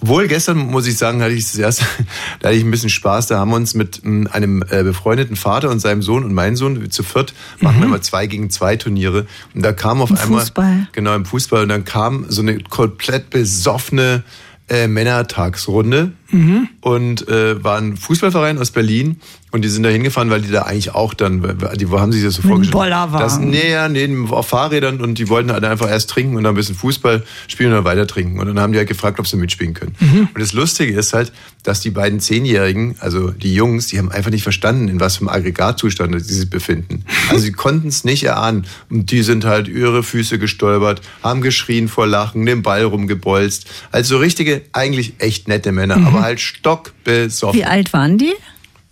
Speaker 6: Obwohl, gestern, muss ich sagen, hatte ich das erste, (laughs) da hatte ich ein bisschen Spaß. Da haben wir uns mit m, einem äh, befreundeten Vater und seinem Sohn und meinem Sohn zu viert, machen wir mal zwei gegen zwei Turniere. Und da kam auf
Speaker 7: Im
Speaker 6: einmal...
Speaker 7: Fußball.
Speaker 6: Genau, im Fußball. Und dann kam so eine komplett besoffene äh, Männertagsrunde
Speaker 8: Mhm.
Speaker 6: und äh, war ein Fußballverein aus Berlin und die sind da hingefahren, weil die da eigentlich auch dann, die wo haben sich das so
Speaker 7: Mit einem
Speaker 6: vorgestellt.
Speaker 7: Bollerwagen.
Speaker 6: Das, nee, ja, nee, auf Fahrrädern und die wollten halt einfach erst trinken und dann ein bisschen Fußball spielen und dann weiter trinken. Und dann haben die halt gefragt, ob sie mitspielen können.
Speaker 7: Mhm.
Speaker 6: Und das Lustige ist halt, dass die beiden Zehnjährigen, also die Jungs, die haben einfach nicht verstanden, in was für einem Aggregatzustand sie sich befinden. Also sie konnten es nicht erahnen. Und die sind halt ihre Füße gestolpert, haben geschrien vor Lachen, den Ball rumgebolzt. Also richtige, eigentlich echt nette Männer,
Speaker 7: Mhm.
Speaker 6: aber halt stockbesoffen.
Speaker 7: Wie alt waren die?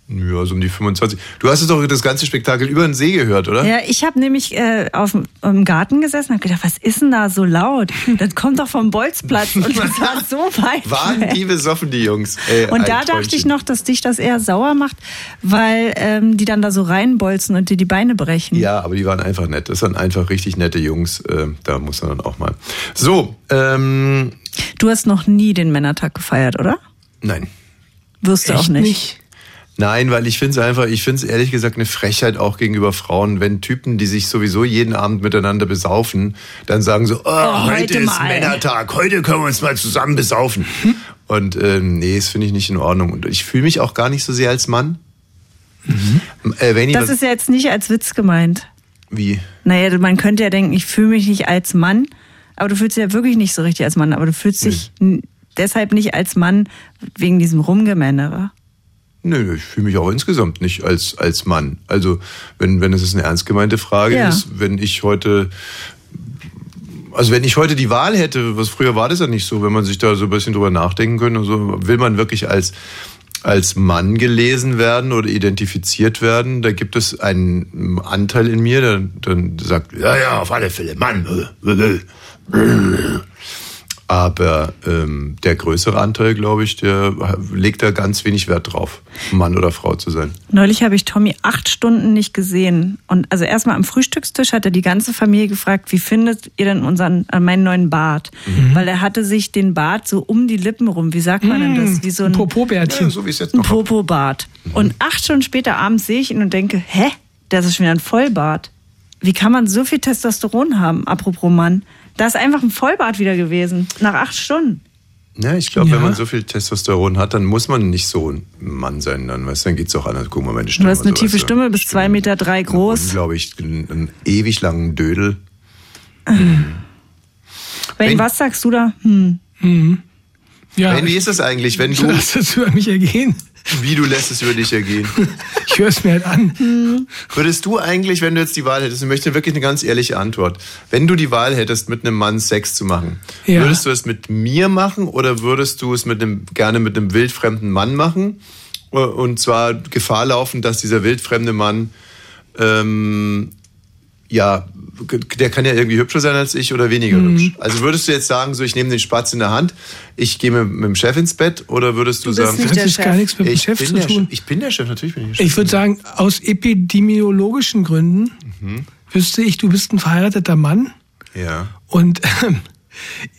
Speaker 6: Ja, so um die 25. Du hast es doch das ganze Spektakel über den See gehört, oder?
Speaker 7: Ja, ich habe nämlich äh, auf dem im Garten gesessen und hab gedacht, was ist denn da so
Speaker 6: (laughs)
Speaker 7: laut? Das kommt doch vom Bolzplatz und das war so weit.
Speaker 6: Waren
Speaker 7: weg. (laughs)
Speaker 6: die besoffen, die Jungs? Ey, ein
Speaker 7: Und da dachte
Speaker 6: Träumchen.
Speaker 7: ich noch, dass dich das eher sauer macht, weil ähm, die dann da so reinbolzen und dir die Beine brechen.
Speaker 6: Ja, aber die waren einfach nett. Das waren einfach richtig nette Jungs. Äh, da muss man dann auch mal. So, ähm,
Speaker 7: Du hast noch nie den Männertag gefeiert, oder?
Speaker 6: nein.
Speaker 7: Wirst du auch nicht.
Speaker 6: Nein, weil ich finde es einfach, ich finde es ehrlich gesagt eine Frechheit auch gegenüber Frauen, wenn Typen, die sich sowieso jeden Abend miteinander besaufen, dann sagen so, oh,
Speaker 13: Oh,
Speaker 6: heute,
Speaker 13: heute
Speaker 6: ist
Speaker 13: mal."
Speaker 6: Männertag, heute können wir uns mal zusammen besaufen.
Speaker 7: Hm?
Speaker 6: Und ähm, nee, das finde ich nicht in Ordnung. Und ich fühle mich auch gar nicht so sehr als Mann. Äh, wenn ich
Speaker 7: Mhm. Das
Speaker 6: was-
Speaker 7: ist ja jetzt nicht als Witz gemeint.
Speaker 6: wie?
Speaker 7: Naja, man könnte ja denken, ich fühle mich nicht als Mann, aber du fühlst dich ja wirklich nicht so richtig als Mann, aber du fühlst dich n- deshalb nicht als Mann wegen diesem Rumgemännere.
Speaker 6: Nö, nö, ich fühle mich auch insgesamt nicht als, als Mann. Also, wenn, wenn es eine ernst gemeinte Frage
Speaker 7: Ja.
Speaker 6: ist, wenn ich heute also wenn ich heute die Wahl hätte, was früher war das ja nicht so, wenn man sich da so ein bisschen drüber nachdenken könnte, und so, will man wirklich als, als Mann gelesen werden oder identifiziert werden, da gibt es einen Anteil in mir, der dann sagt, ja, ja, auf alle Fälle, Mann. äh, äh, äh." Aber ähm, der größere Anteil, glaube ich, der legt da ganz wenig Wert drauf, Mann oder Frau zu sein.
Speaker 7: Neulich habe ich Tommy acht Stunden nicht gesehen. Und also erstmal am Frühstückstisch hat er die ganze Familie gefragt, wie findet ihr denn unseren, äh, meinen neuen Bart? Weil er hatte sich den Bart so um die Lippen rum, wie sagt man denn das? Wie so Mhm. ein,
Speaker 8: Popobärtchen.
Speaker 6: so wie es jetzt
Speaker 7: ein Popobart. Und acht Stunden später abends sehe ich ihn und denke, hä, das ist schon wieder ein Vollbart. Wie kann man so viel Testosteron haben, apropos Mann? Da ist einfach ein Vollbart wieder gewesen, nach acht Stunden.
Speaker 6: Ja, ich glaube, wenn man so viel Testosteron hat, dann muss man nicht so ein Mann sein. Dann, weißt, du, dann geht's auch anders. Guck mal, meine
Speaker 7: Du
Speaker 6: Stimme.
Speaker 7: hast eine
Speaker 6: und so,
Speaker 7: tiefe
Speaker 6: weißt du.
Speaker 7: Stimme, bist zwei Meter drei groß.
Speaker 6: glaube ich, einen, einen ewig langen Dödel.
Speaker 7: Wayne,
Speaker 6: Wenn-
Speaker 7: was sagst du da? Hm.
Speaker 8: Ja,
Speaker 6: Wen, wie ist das eigentlich, wenn
Speaker 8: Ich
Speaker 6: du,
Speaker 8: lass es über mich ergehen.
Speaker 6: wie du lässt es über dich
Speaker 7: (laughs)
Speaker 6: ergehen?
Speaker 8: Ich höre es mir halt (laughs) an.
Speaker 6: Würdest du eigentlich, wenn du jetzt die Wahl hättest, ich möchte wirklich eine ganz ehrliche Antwort, wenn du die Wahl hättest, mit einem Mann Sex zu machen,
Speaker 8: Ja.
Speaker 6: würdest du es mit mir machen oder würdest du es mit einem, gerne mit einem wildfremden Mann machen? Äh, Und zwar Gefahr laufen, dass dieser wildfremde Mann, ähm, ja, der kann ja irgendwie hübscher sein als ich oder weniger
Speaker 8: Mhm.
Speaker 6: hübsch. Also würdest du jetzt sagen, so ich nehme den Spatz in der Hand, ich gehe mit, mit dem Chef ins Bett oder würdest du,
Speaker 8: Du bist
Speaker 6: sagen,
Speaker 8: nicht Das der hat Chef. gar nichts mit dem
Speaker 6: ich
Speaker 8: Chef
Speaker 6: bin
Speaker 8: zu
Speaker 6: der
Speaker 8: tun.
Speaker 6: Chef. Ich bin der Chef, natürlich bin ich der Chef.
Speaker 8: Ich würde sagen, aus epidemiologischen Gründen
Speaker 6: Mhm.
Speaker 8: wüsste ich, du bist ein verheirateter Mann
Speaker 6: ja.
Speaker 8: und (laughs)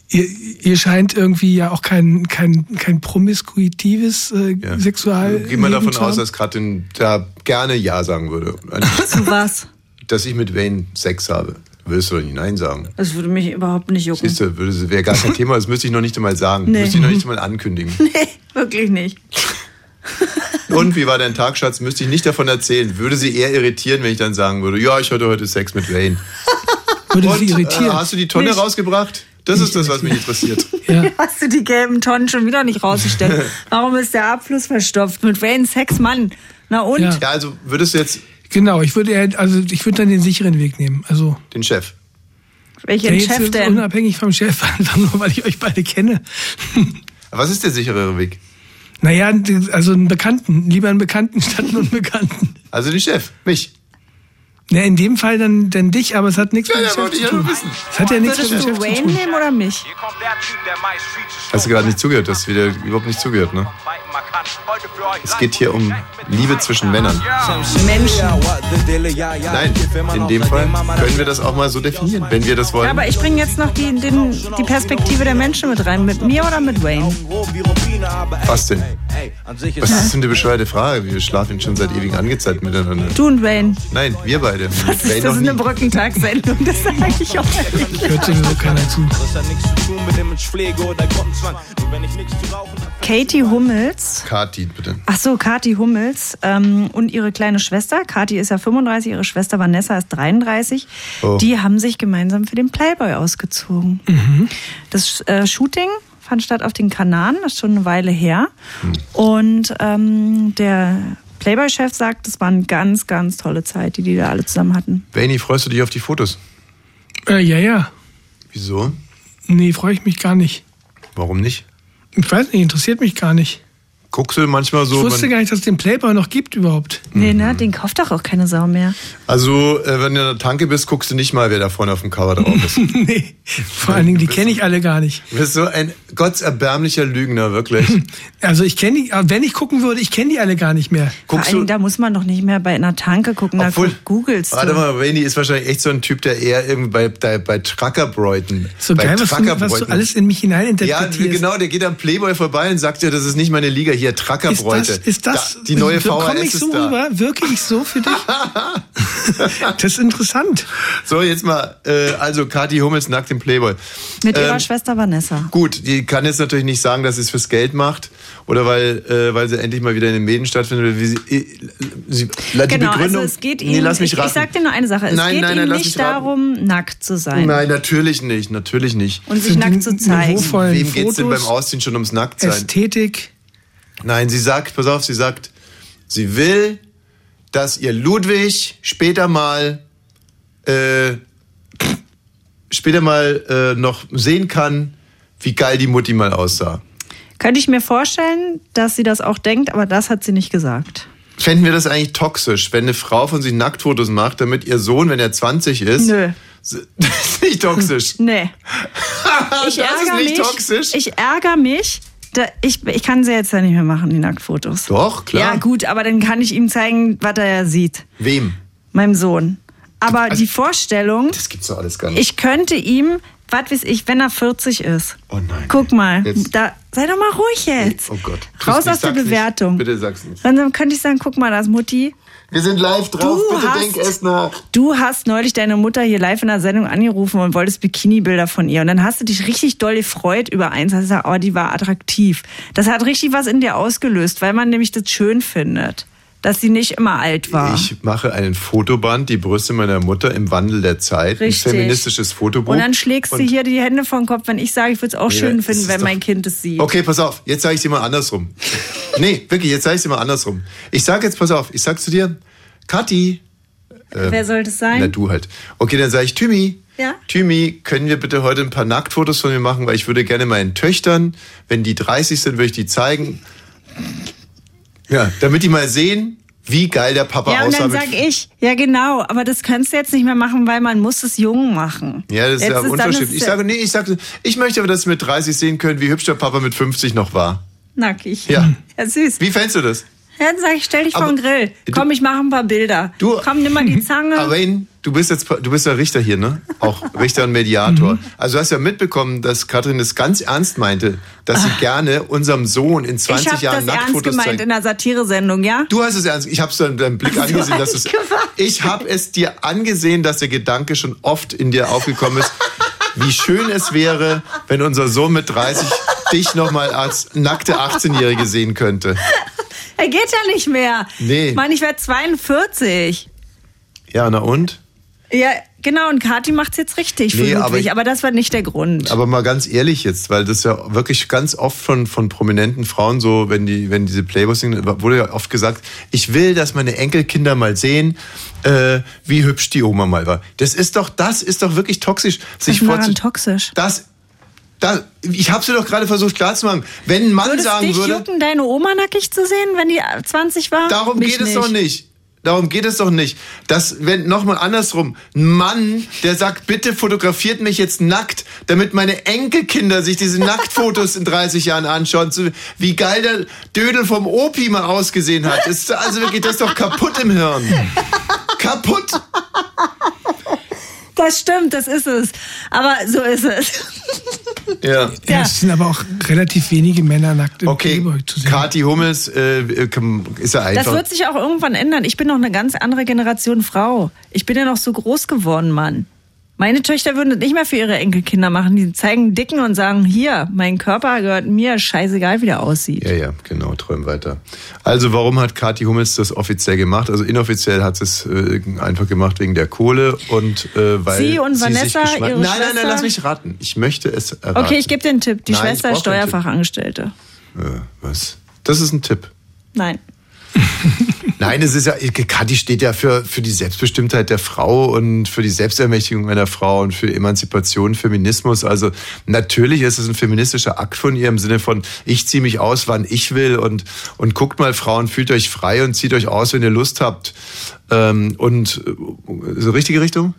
Speaker 8: ihr, ihr scheint irgendwie ja auch kein, kein, kein promiskuitives äh, Sexual.
Speaker 6: Also, Geh mal davon
Speaker 8: zu haben.
Speaker 6: aus, dass Katrin da gerne Ja sagen würde.
Speaker 7: Zu was?
Speaker 6: dass ich mit Wayne Sex habe. Würdest du doch nicht Nein sagen.
Speaker 7: Das würde mich überhaupt nicht jucken.
Speaker 6: Siehst du, würde- das wäre gar kein Thema, das müsste ich noch nicht einmal sagen.
Speaker 7: Nee.
Speaker 6: Müsste ich noch nicht einmal ankündigen.
Speaker 7: (laughs) Nee, wirklich nicht.
Speaker 6: Und wie war dein Tag, Schatz? Müsste ich nicht davon erzählen. Würde sie eher irritieren, wenn ich dann sagen würde, ja, ich hatte heute Sex mit Wayne.
Speaker 8: Würde
Speaker 6: Und,
Speaker 8: sie
Speaker 6: Äh,
Speaker 8: irritieren.
Speaker 6: hast du die Tonne
Speaker 7: Nicht.
Speaker 6: rausgebracht? Das ist das, was mich interessiert.
Speaker 7: (laughs) Hast du die gelben Tonnen schon wieder nicht
Speaker 8: (laughs)
Speaker 7: rausgestellt? Warum ist der Abfluss verstopft? Mit Wayne Sex, Mann. Na und?
Speaker 8: Ja.
Speaker 6: Ja, also würdest du jetzt
Speaker 8: Genau, ich würde eher- also ich würde dann den sicheren Weg nehmen. Also
Speaker 6: den Chef.
Speaker 7: Welchen
Speaker 8: der
Speaker 7: Chef
Speaker 8: jetzt
Speaker 7: denn?
Speaker 8: unabhängig vom Chef, (laughs) einfach nur weil ich euch beide kenne.
Speaker 6: Was ist der sicherere Weg?
Speaker 8: Naja, also einen Bekannten, lieber einen Bekannten (laughs) statt einen Unbekannten.
Speaker 6: Also den Chef, mich.
Speaker 8: Na, in dem Fall dann, dann dich, aber es hat nichts
Speaker 6: Ja,
Speaker 8: mit dem
Speaker 6: ja,
Speaker 8: Chef
Speaker 6: wollte ich
Speaker 8: zu
Speaker 6: ja nur
Speaker 8: tun.
Speaker 6: wissen.
Speaker 8: Es hat ja nichts mit
Speaker 7: Würdest
Speaker 8: dem Chef
Speaker 7: du
Speaker 8: zu
Speaker 7: Wayne
Speaker 8: tun.
Speaker 7: nehmen oder mich?
Speaker 6: Hast du gerade nicht zugehört, hast wieder überhaupt nicht zugehört, ne? Es geht hier um Liebe zwischen Männern.
Speaker 7: Menschen.
Speaker 6: Nein, in dem Fall können wir das auch mal so definieren, wenn wir das wollen.
Speaker 7: Aber ich bringe jetzt noch die, den, die Perspektive der Menschen mit rein. Mit mir oder mit Wayne?
Speaker 6: Was denn? Was ist denn eine bescheuerte Frage? Wir schlafen schon seit ewigen Angezeiten miteinander.
Speaker 7: Du und Wayne.
Speaker 6: Nein, wir beide.
Speaker 8: (laughs)
Speaker 7: Was
Speaker 6: Wayne
Speaker 7: ist das
Speaker 6: noch
Speaker 7: ist eine
Speaker 6: nie.
Speaker 7: Brückentagssendung? Das sage ich auch nicht.
Speaker 8: Hört sowieso keiner zu.
Speaker 7: Katie Hummels.
Speaker 6: Kati, bitte.
Speaker 7: Ach so, Kathi Hummels ähm, und ihre kleine Schwester. Kathi ist ja 35, ihre Schwester Vanessa ist 33.
Speaker 6: Oh.
Speaker 7: Die haben sich gemeinsam für den Playboy ausgezogen. Das äh, Shooting fand statt auf den Kanaren, das ist schon eine Weile her.
Speaker 6: Hm.
Speaker 7: Und ähm, der Playboy-Chef sagt, das war eine ganz, ganz tolle Zeit, die die da alle zusammen hatten.
Speaker 6: Wayne, freust du dich auf die Fotos?
Speaker 8: Äh, ja, ja.
Speaker 6: Wieso?
Speaker 8: Nee, freue ich mich gar nicht.
Speaker 6: Warum nicht?
Speaker 8: Ich weiß nicht, interessiert mich gar nicht.
Speaker 6: Guckst du manchmal
Speaker 8: ich
Speaker 6: so.
Speaker 8: wusste
Speaker 6: man-
Speaker 8: gar nicht, dass es den Playboy noch gibt überhaupt. (laughs)
Speaker 7: Nee,
Speaker 6: Mhm.
Speaker 7: ne? Den kauft doch auch keine Sau mehr.
Speaker 6: Also, äh, wenn du in der Tanke bist, guckst du nicht mal, wer da vorne auf dem Cover drauf
Speaker 8: (laughs)
Speaker 6: ist.
Speaker 8: nee, vor allen Dingen, die kenne ich alle gar nicht.
Speaker 6: Du bist so ein gottserbärmlicher Lügner,
Speaker 8: (laughs)
Speaker 6: wirklich.
Speaker 8: Also ich kenne die, wenn ich gucken würde, ich kenne die alle gar nicht mehr.
Speaker 7: Vor
Speaker 6: Guckst
Speaker 7: allen
Speaker 6: du.
Speaker 7: Dingen, da muss man doch nicht mehr bei einer Tanke gucken, da
Speaker 6: Obwohl-
Speaker 7: googelst
Speaker 6: Warte
Speaker 7: du.
Speaker 6: mal, Wayne ist wahrscheinlich echt so ein Typ, der eher irgendwie bei, bei, bei Truckerbräuten.
Speaker 8: So
Speaker 6: bei
Speaker 8: geil, was du, was du
Speaker 6: Truckerbeuten-
Speaker 8: alles in mich
Speaker 6: Ja,
Speaker 8: hineininterpretierst.
Speaker 6: genau, der geht am Playboy vorbei und sagt ja, das ist nicht meine Liga, hier
Speaker 8: Ist
Speaker 6: Truckerbräute.
Speaker 8: das, ist das
Speaker 6: da, die neue
Speaker 8: so, Komme ich
Speaker 6: VHS
Speaker 8: so
Speaker 6: ist da. (laughs)
Speaker 8: rüber? Wirke ich so für dich? das ist interessant.
Speaker 6: So, jetzt mal, äh, also Kathi Hummels nackt im Playboy.
Speaker 7: Mit ihrer
Speaker 6: Ähm,
Speaker 7: Schwester Vanessa.
Speaker 6: Gut, die kann jetzt natürlich nicht sagen, dass sie es fürs Geld macht oder weil, äh, weil sie endlich mal wieder in den Medien stattfindet. Wie sie, äh, sie, la- die
Speaker 7: Genau, also
Speaker 6: Begründung,
Speaker 7: es geht ihm,
Speaker 6: nee, lass mich
Speaker 7: ich,
Speaker 6: raten.
Speaker 7: ich sag dir nur eine Sache, es
Speaker 6: Nein,
Speaker 7: geht
Speaker 6: nein,
Speaker 7: ihm
Speaker 6: nein, lass
Speaker 7: nicht
Speaker 6: mich raten.
Speaker 7: darum, nackt zu sein
Speaker 6: Nein, natürlich nicht, natürlich nicht.
Speaker 7: und sich
Speaker 8: Zu
Speaker 7: nackt
Speaker 8: den
Speaker 7: zu zeigen.
Speaker 8: niveauvollen
Speaker 6: Wem geht's denn
Speaker 8: Fotos,
Speaker 6: beim Ausziehen schon ums Nacktsein?
Speaker 8: Ästhetik.
Speaker 6: Nein, sie sagt, pass auf, sie sagt, sie will, dass ihr Ludwig später mal äh, später mal äh, noch sehen kann, wie geil die Mutti mal aussah.
Speaker 7: Könnte ich mir vorstellen, dass sie das auch denkt, aber das hat sie nicht gesagt.
Speaker 6: Fänden wir das eigentlich toxisch, wenn eine Frau von sich Nacktfotos macht, damit ihr Sohn, wenn er 20 ist.
Speaker 7: Nö.
Speaker 6: Das ist (laughs) nicht toxisch. (laughs)
Speaker 7: Nee.
Speaker 6: das ist nicht toxisch.
Speaker 7: Ich ärgere mich. Da, ich, ich kann sie jetzt ja nicht mehr machen, die Nacktfotos.
Speaker 6: Doch, klar.
Speaker 7: Ja, gut, aber dann kann ich ihm zeigen, was er sieht.
Speaker 6: Wem? Also,
Speaker 7: Meinem Sohn. Aber die Vorstellung,
Speaker 6: Das gibt's doch alles gar nicht.
Speaker 7: ich könnte ihm, was weiß ich, wenn er 40 ist.
Speaker 6: Oh nein.
Speaker 7: Guck mal,
Speaker 6: Jetzt-
Speaker 7: da, sei doch mal ruhig jetzt.
Speaker 6: oh Gott. Tu's nicht,
Speaker 7: Raus aus der
Speaker 6: sag's nicht.
Speaker 7: Bewertung.
Speaker 6: Bitte sag's nicht.
Speaker 7: Dann könnte ich sagen, guck mal, das Mutti.
Speaker 6: Wir sind live drauf,
Speaker 7: Du
Speaker 6: bitte
Speaker 7: hast-
Speaker 6: denk es nach.
Speaker 7: Du hast neulich deine Mutter hier live in der Sendung angerufen und wolltest Bikini-Bilder von ihr. Und dann hast du dich richtig doll gefreut über eins. Hast gesagt, oh, die war attraktiv. Das hat richtig was in dir ausgelöst, weil man nämlich das schön findet, dass sie nicht immer alt war.
Speaker 6: Ich mache einen Fotoband, die Brüste meiner Mutter im Wandel der Zeit.
Speaker 7: Richtig.
Speaker 6: Ein feministisches Fotobuch.
Speaker 7: und dann schlägst du
Speaker 6: Und-
Speaker 7: hier die Hände vom Kopf, wenn ich sage, ich würde es auch
Speaker 6: Nee,
Speaker 7: schön
Speaker 6: das
Speaker 7: finden,
Speaker 6: ist
Speaker 7: wenn
Speaker 6: doch-
Speaker 7: mein Kind es sieht.
Speaker 6: Okay, pass auf, jetzt sage ich dir mal
Speaker 7: (laughs)
Speaker 6: andersrum. nee, wirklich, jetzt sage ich dir mal andersrum. Ich sage jetzt, pass auf, ich sag zu dir, Kathi. äh,
Speaker 7: Wer sollte es sein?
Speaker 6: Na, du halt. Okay, dann sage ich, Thymi.
Speaker 7: Ja.
Speaker 6: Thymi, können wir bitte heute ein paar Nacktfotos von mir machen, weil ich würde gerne meinen Töchtern, wenn die 30 sind, würde ich die zeigen. Ja, damit die mal sehen, wie geil der Papa
Speaker 7: Ja, und
Speaker 6: aussah.
Speaker 7: dann
Speaker 6: mit-
Speaker 7: sag ich, ja genau, aber das kannst du jetzt nicht mehr machen, weil man muss es jung machen.
Speaker 6: ja, das ist
Speaker 7: Jetzt
Speaker 6: ja
Speaker 7: dann-
Speaker 6: unverschämt.
Speaker 7: ist
Speaker 6: Ich
Speaker 7: es
Speaker 6: sage, nee, ich sage, ich möchte aber, dass wir mit 30 sehen können, wie hübsch der Papa mit 50 noch war.
Speaker 7: Nackig.
Speaker 6: Ja.
Speaker 7: Hm. Ja, süß.
Speaker 6: Wie fändest du das?
Speaker 7: Ja, dann sag ich, stell dich vor
Speaker 6: Aber-
Speaker 7: den Grill. Komm, ich mache ein paar Bilder.
Speaker 6: Du- Also
Speaker 7: Komm, nimm
Speaker 6: (laughs)
Speaker 7: mal die Zange.
Speaker 6: Arwen, du bist jetzt du bist ja Richter hier, ne? Auch Richter und Mediator.
Speaker 7: Mhm.
Speaker 6: Also du hast ja mitbekommen, dass Katrin es ganz ernst meinte, dass sie gerne unserem Sohn in
Speaker 7: Ah. ich
Speaker 6: 20
Speaker 7: habe das
Speaker 6: Jahren
Speaker 7: ernst
Speaker 6: Nacktfotos
Speaker 7: gemeint
Speaker 6: zeigt.
Speaker 7: in der Satire-Sendung, ja?
Speaker 6: Du hast es ernst. Ich habe es in deinem Blick
Speaker 7: Ach so,
Speaker 6: angesehen, dass
Speaker 7: hab
Speaker 6: es.
Speaker 7: ich gesagt.
Speaker 6: Ich habe es dir angesehen, dass der Gedanke schon oft in dir aufgekommen ist, wie schön es wäre, wenn unser Sohn mit 30 dich nochmal als nackte 18-Jährige sehen könnte.
Speaker 7: (laughs) Er geht ja nicht mehr.
Speaker 6: Nee.
Speaker 7: Ich meine, ich werde 42.
Speaker 6: Ja, na und?
Speaker 7: Ja, genau, und Kathi macht's jetzt richtig für
Speaker 6: Nee, aber
Speaker 7: Ludwig,
Speaker 6: ich-
Speaker 7: aber, das war nicht der Grund.
Speaker 6: Aber mal ganz ehrlich jetzt, weil das ja wirklich ganz oft von, von prominenten Frauen so, wenn die, wenn diese Playboys sind, wurde ja oft gesagt, ich will, dass meine Enkelkinder mal sehen, äh, wie hübsch die Oma mal war. Das ist doch, das ist doch wirklich toxisch, sich
Speaker 7: ist denn daran
Speaker 6: vorzu-
Speaker 7: toxisch?
Speaker 6: Das, das, ich hab's dir doch gerade versucht klarzumachen. Wenn ein Mann
Speaker 7: Würde es
Speaker 6: sagen
Speaker 7: dich
Speaker 6: würde,
Speaker 7: jucken, deine Oma nackig zu sehen, wenn die 20 war?
Speaker 6: Darum
Speaker 7: Mich
Speaker 6: geht es doch nicht. Darum geht es doch nicht. Das, wenn, nochmal andersrum, ein Mann, der sagt, bitte fotografiert mich jetzt nackt, damit meine Enkelkinder sich diese Nacktfotos in 30 Jahren anschauen, zu- wie geil der Dödel vom Opi mal ausgesehen hat. Ist, also geht das doch kaputt im
Speaker 7: (laughs)
Speaker 6: Hirn. Kaputt.
Speaker 7: Das stimmt, das ist es. Aber so ist es.
Speaker 6: Ja.
Speaker 8: Ja, es sind aber auch relativ wenige Männer nackt im
Speaker 6: Okay,
Speaker 8: Playboy zu sehen.
Speaker 6: Kati Hummels äh, ist ja einfach.
Speaker 7: Das wird sich auch irgendwann ändern. Ich bin noch eine ganz andere Generation Frau. Ich bin ja noch so groß geworden, Mann. Meine Töchter würden das nicht mehr für ihre Enkelkinder machen. Die zeigen Dicken und sagen, hier, mein Körper gehört mir, scheißegal wie der aussieht.
Speaker 6: Ja, ja, genau, träum weiter. Also warum hat Kathi Hummels das offiziell gemacht? Also inoffiziell hat sie es äh, einfach gemacht wegen der Kohle und äh, weil
Speaker 7: Sie und Vanessa,
Speaker 6: sich geschma-
Speaker 7: ihre
Speaker 6: Nein, nein, nein,
Speaker 7: Schwester-
Speaker 6: lass mich raten. Ich möchte es erraten.
Speaker 7: Okay, ich gebe dir einen Tipp. Die
Speaker 6: Nein,
Speaker 7: Schwester
Speaker 6: ich
Speaker 7: ist
Speaker 6: brauch keinen Tipp.
Speaker 7: Steuerfachangestellte.
Speaker 6: Äh, was? Das ist ein Tipp.
Speaker 7: Nein.
Speaker 6: Nein, es ist ja Kathi steht ja für für die Selbstbestimmtheit der Frau und für die Selbstermächtigung einer Frau und für Emanzipation, Feminismus. Also natürlich ist es ein feministischer Akt von ihr im Sinne von ich ziehe mich aus, wann ich will und und guckt mal Frauen, fühlt euch frei und zieht euch aus, wenn ihr Lust habt. Ähm, und äh, so richtige Richtung?